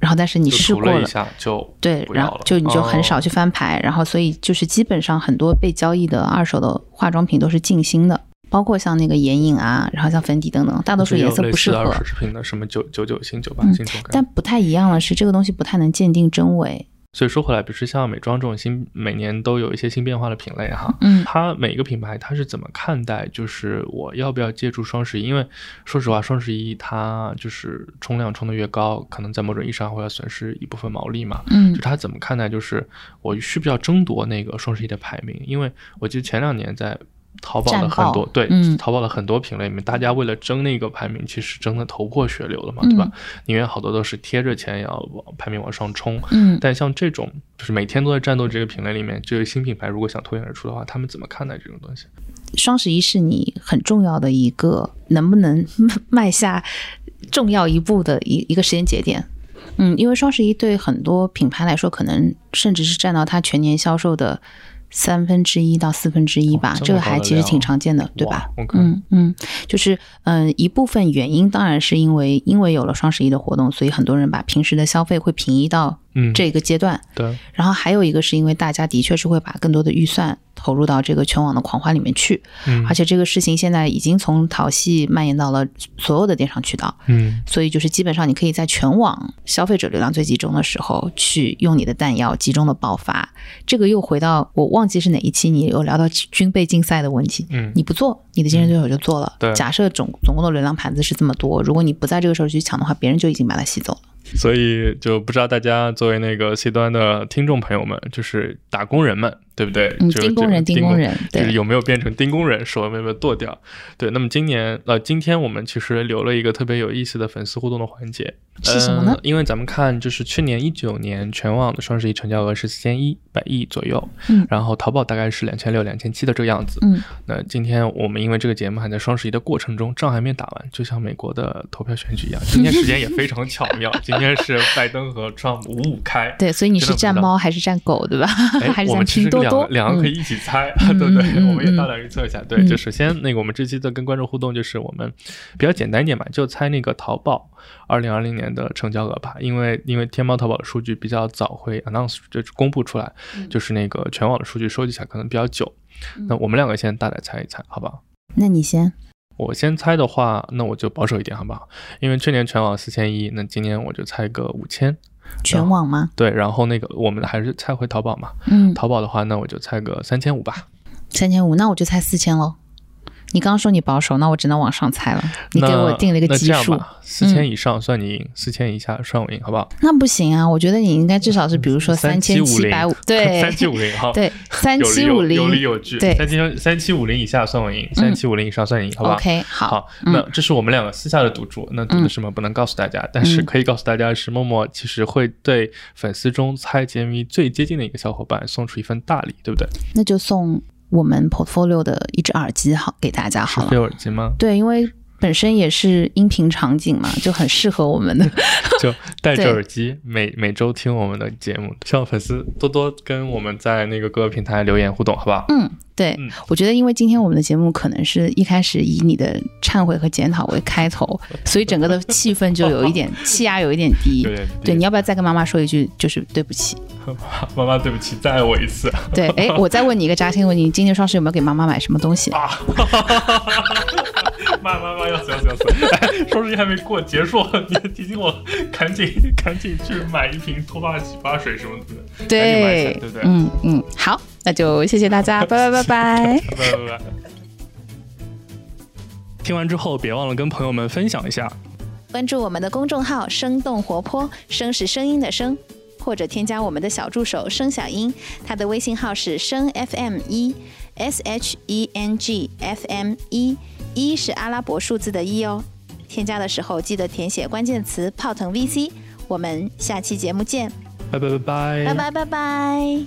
Speaker 1: 然后但是你
Speaker 2: 就
Speaker 1: 试
Speaker 2: 涂
Speaker 1: 过
Speaker 2: 了
Speaker 1: 了，
Speaker 2: 一下就
Speaker 1: 对，
Speaker 2: 不
Speaker 1: 然
Speaker 2: 要
Speaker 1: 后
Speaker 2: 了，
Speaker 1: 就你就很少
Speaker 2: 哦
Speaker 1: 去翻牌，然后所以就是基本上很多被交易的二手的化妆品都是静心的，包括像那个眼影啊，然后像粉底等等，大多数
Speaker 2: 啊就有
Speaker 1: 颜色
Speaker 2: 类
Speaker 1: 不
Speaker 2: 似
Speaker 1: 适
Speaker 2: 的
Speaker 1: 合
Speaker 2: 二。十瓶的什么九九九星、九八
Speaker 1: 嗯
Speaker 2: 星这种感
Speaker 1: 但
Speaker 2: 觉。
Speaker 1: 不太一样的是，这个东西不太能鉴定真伪。
Speaker 2: 所以说回来，比如说像美妆这种新，每年都有一些新变化的品类哈。
Speaker 1: 嗯
Speaker 2: 它每一个品牌它是怎么看待，就是我要不要借助双十一？因为说实话，双十一它就是冲量冲得越高，可能在某种意义上会要损失一部分毛利嘛。
Speaker 1: 嗯
Speaker 2: 就他怎么看待，就是我需不需要争夺那个双十一的排名？因为我记得前两年在淘宝的
Speaker 1: 战
Speaker 2: 很多
Speaker 1: 报
Speaker 2: 对、
Speaker 1: 嗯
Speaker 2: 淘宝的很多品类里面，大家为了争那个排名，其实争得头破血流
Speaker 1: 嗯
Speaker 2: 了嘛，对吧？宁愿好多都是贴着钱也要往排名往上 冲。
Speaker 1: 嗯，
Speaker 2: 但像这种就是每天都在战斗这个品类里面，这个新品牌如果想脱颖而出的话，他们怎么看待这种东西？
Speaker 1: 双十一是你很重要的一个能不能 迈下重要一步的一一个时间节点。嗯，因为双十一对很多品牌来说，可能甚至是占到它全年销售的三分之一到四分之一吧，
Speaker 2: 哦这么
Speaker 1: 这个
Speaker 2: 高
Speaker 1: 还
Speaker 2: 的
Speaker 1: 其实
Speaker 2: 量啊
Speaker 1: 挺常见的，对吧？
Speaker 2: 哇？OK，、
Speaker 1: 嗯嗯，就是嗯、呃一部分原因当然是因为因为有了双十一的活动，所以很多人把平时的消费会平移到
Speaker 2: 嗯
Speaker 1: 这个阶段。
Speaker 2: 对，
Speaker 1: 然后还有一个是因为大家的确是会把更多的预算投入到这个全网的狂欢里面去，
Speaker 2: 嗯
Speaker 1: 而且这个事情现在已经从淘系蔓延到了所有的电商渠道，
Speaker 2: 嗯
Speaker 1: 所以就是基本上你可以在全网消费者流量最集中的时候去用你的弹药集中的爆发。这个又回到我忘记是哪一期你有聊到军备竞赛的问题，
Speaker 2: 嗯
Speaker 1: 你不做，你的竞争对手就做了。
Speaker 2: 对
Speaker 1: 假设总总共的流量盘子是这么多，如果你不在这个时候去抢的话，别人就已经把它吸走了。
Speaker 2: 所以就不知道大家作为那个 C 端的听众朋友们，就是打工人们，对不对？
Speaker 1: 嗯，
Speaker 2: 就是
Speaker 1: 盯工人，
Speaker 2: 这
Speaker 1: 盯
Speaker 2: 个
Speaker 1: 工。人，
Speaker 2: 就是
Speaker 1: 对，
Speaker 2: 有没有变成钉工人，手有没有剁掉？对，那么今年呃，今天我们其实留了一个特别有意思的粉丝互动的环节，
Speaker 1: 是什么呢
Speaker 2: 呃因为咱们看，就是去年一九年全网的双十一成交额是四千一百亿左右，
Speaker 1: 嗯
Speaker 2: 然后淘宝大概是两千六、两千七的这个样子。
Speaker 1: 嗯，
Speaker 2: 那今天我们因为这个节目还在双十一的过程中，仗还没打完，就像美国的投票选举一样，今天时间也非常巧 妙，今天是拜登和 Trump 五五开，
Speaker 1: 对，所以你
Speaker 2: 真
Speaker 1: 是
Speaker 2: 的不知
Speaker 1: 站
Speaker 2: 道
Speaker 1: 猫还是站狗，对吧？
Speaker 2: 哎，
Speaker 1: 还是
Speaker 2: 我
Speaker 1: 咱
Speaker 2: 们其实
Speaker 1: 拼多多？
Speaker 2: 两
Speaker 1: 嗯
Speaker 2: 个两个可以一起猜， 对不对？我们也大胆预测一下。对，就首先那个我们这期的跟观众互动就是我们比较简单一点吧，就猜那个淘宝二零二零年的成交额吧，因为因为天猫淘宝的数据比较早会 announce 就是公布出来，
Speaker 1: 嗯
Speaker 2: 就是那个全网的数据收集起来可能比较久。那我们两个先大胆猜一猜，好不好？
Speaker 1: 那你先，
Speaker 2: 我先猜的话，那我就保守一点，好不好？因为去年全网四千一，那今年我就猜个五千。哦
Speaker 1: 全网吗？
Speaker 2: 对，然后那个我们还是猜回淘宝嘛。
Speaker 1: 嗯，
Speaker 2: 淘宝的话，那我就猜个三千五吧。
Speaker 1: 三千五，那我就猜四千喽。你刚刚说你保守，那我只能往上猜了。你给我定了一个基数，嗯
Speaker 2: 四千以上算你赢，四千以下算我赢，好不好？
Speaker 1: 那不行啊！我觉得你应该至少是，比如说
Speaker 2: 三
Speaker 1: 千
Speaker 2: 七
Speaker 1: 七 百五，对，
Speaker 2: 三七五零哈，
Speaker 1: 对，三
Speaker 2: 有理
Speaker 1: 七
Speaker 2: 有，
Speaker 1: 五
Speaker 2: 有理
Speaker 1: 零
Speaker 2: 有据。
Speaker 1: 对嗯
Speaker 2: 三七三七五零以下算我赢，三七五零以上算你赢，好不好
Speaker 1: ，OK，好，
Speaker 2: 好，
Speaker 1: 嗯
Speaker 2: 那这是我们两个私下的赌注，那赌的
Speaker 1: 嗯
Speaker 2: 什么不能告诉大家，但是可以告诉大家是默默其实会对粉丝中猜 GMV 最接近的一个小伙伴送出一份大礼，对不对？
Speaker 1: 那就送我们 portfolio 的一只耳机好给大家
Speaker 2: 是
Speaker 1: 好
Speaker 2: 飞
Speaker 1: 了。
Speaker 2: 耳机 吗？
Speaker 1: 对，因为本身也是音频场景嘛，就很适合我们的。
Speaker 2: 就戴着
Speaker 1: 对
Speaker 2: 耳机，每每周听我们的节目，希望粉丝多多跟我们在那个各个平台留言互动，好不好？
Speaker 1: 嗯，对，
Speaker 2: 嗯
Speaker 1: 我觉得因为今天我们的节目可能是一开始以你的忏悔和检讨为开 头，所以整个的气氛就有一点气压有一点低。
Speaker 2: 有点低
Speaker 1: 对，你要不要再跟妈妈说一句，就是对 不起？
Speaker 2: 妈妈，对不起，再爱我一次。
Speaker 1: 对，哎，我再问你一个扎心的问题，你今年双十一有没有给妈妈买什么东西？
Speaker 2: 啊妈妈妈，要死要死要死！哎双十一还没过结束，你还提醒我赶紧赶紧去买一瓶脱发洗发水什么的，赶紧买
Speaker 1: 对
Speaker 2: 起来，对不对？
Speaker 1: 嗯嗯，好，那就谢谢大家，拜 拜拜拜。
Speaker 2: 拜拜拜拜。听完之后，别忘了跟朋友们分享一下。
Speaker 1: 关注我们的公众号“生动活泼”，声是声音的声，或者添加我们的小助手“声小英”，他的微信号是声 FM 一 S H E N G F M 一，一是阿拉伯数字的一哦。添加的时候记得填写关键词“泡腾 VC”。我们下期节目见，
Speaker 2: 拜拜拜拜
Speaker 1: 拜拜拜拜。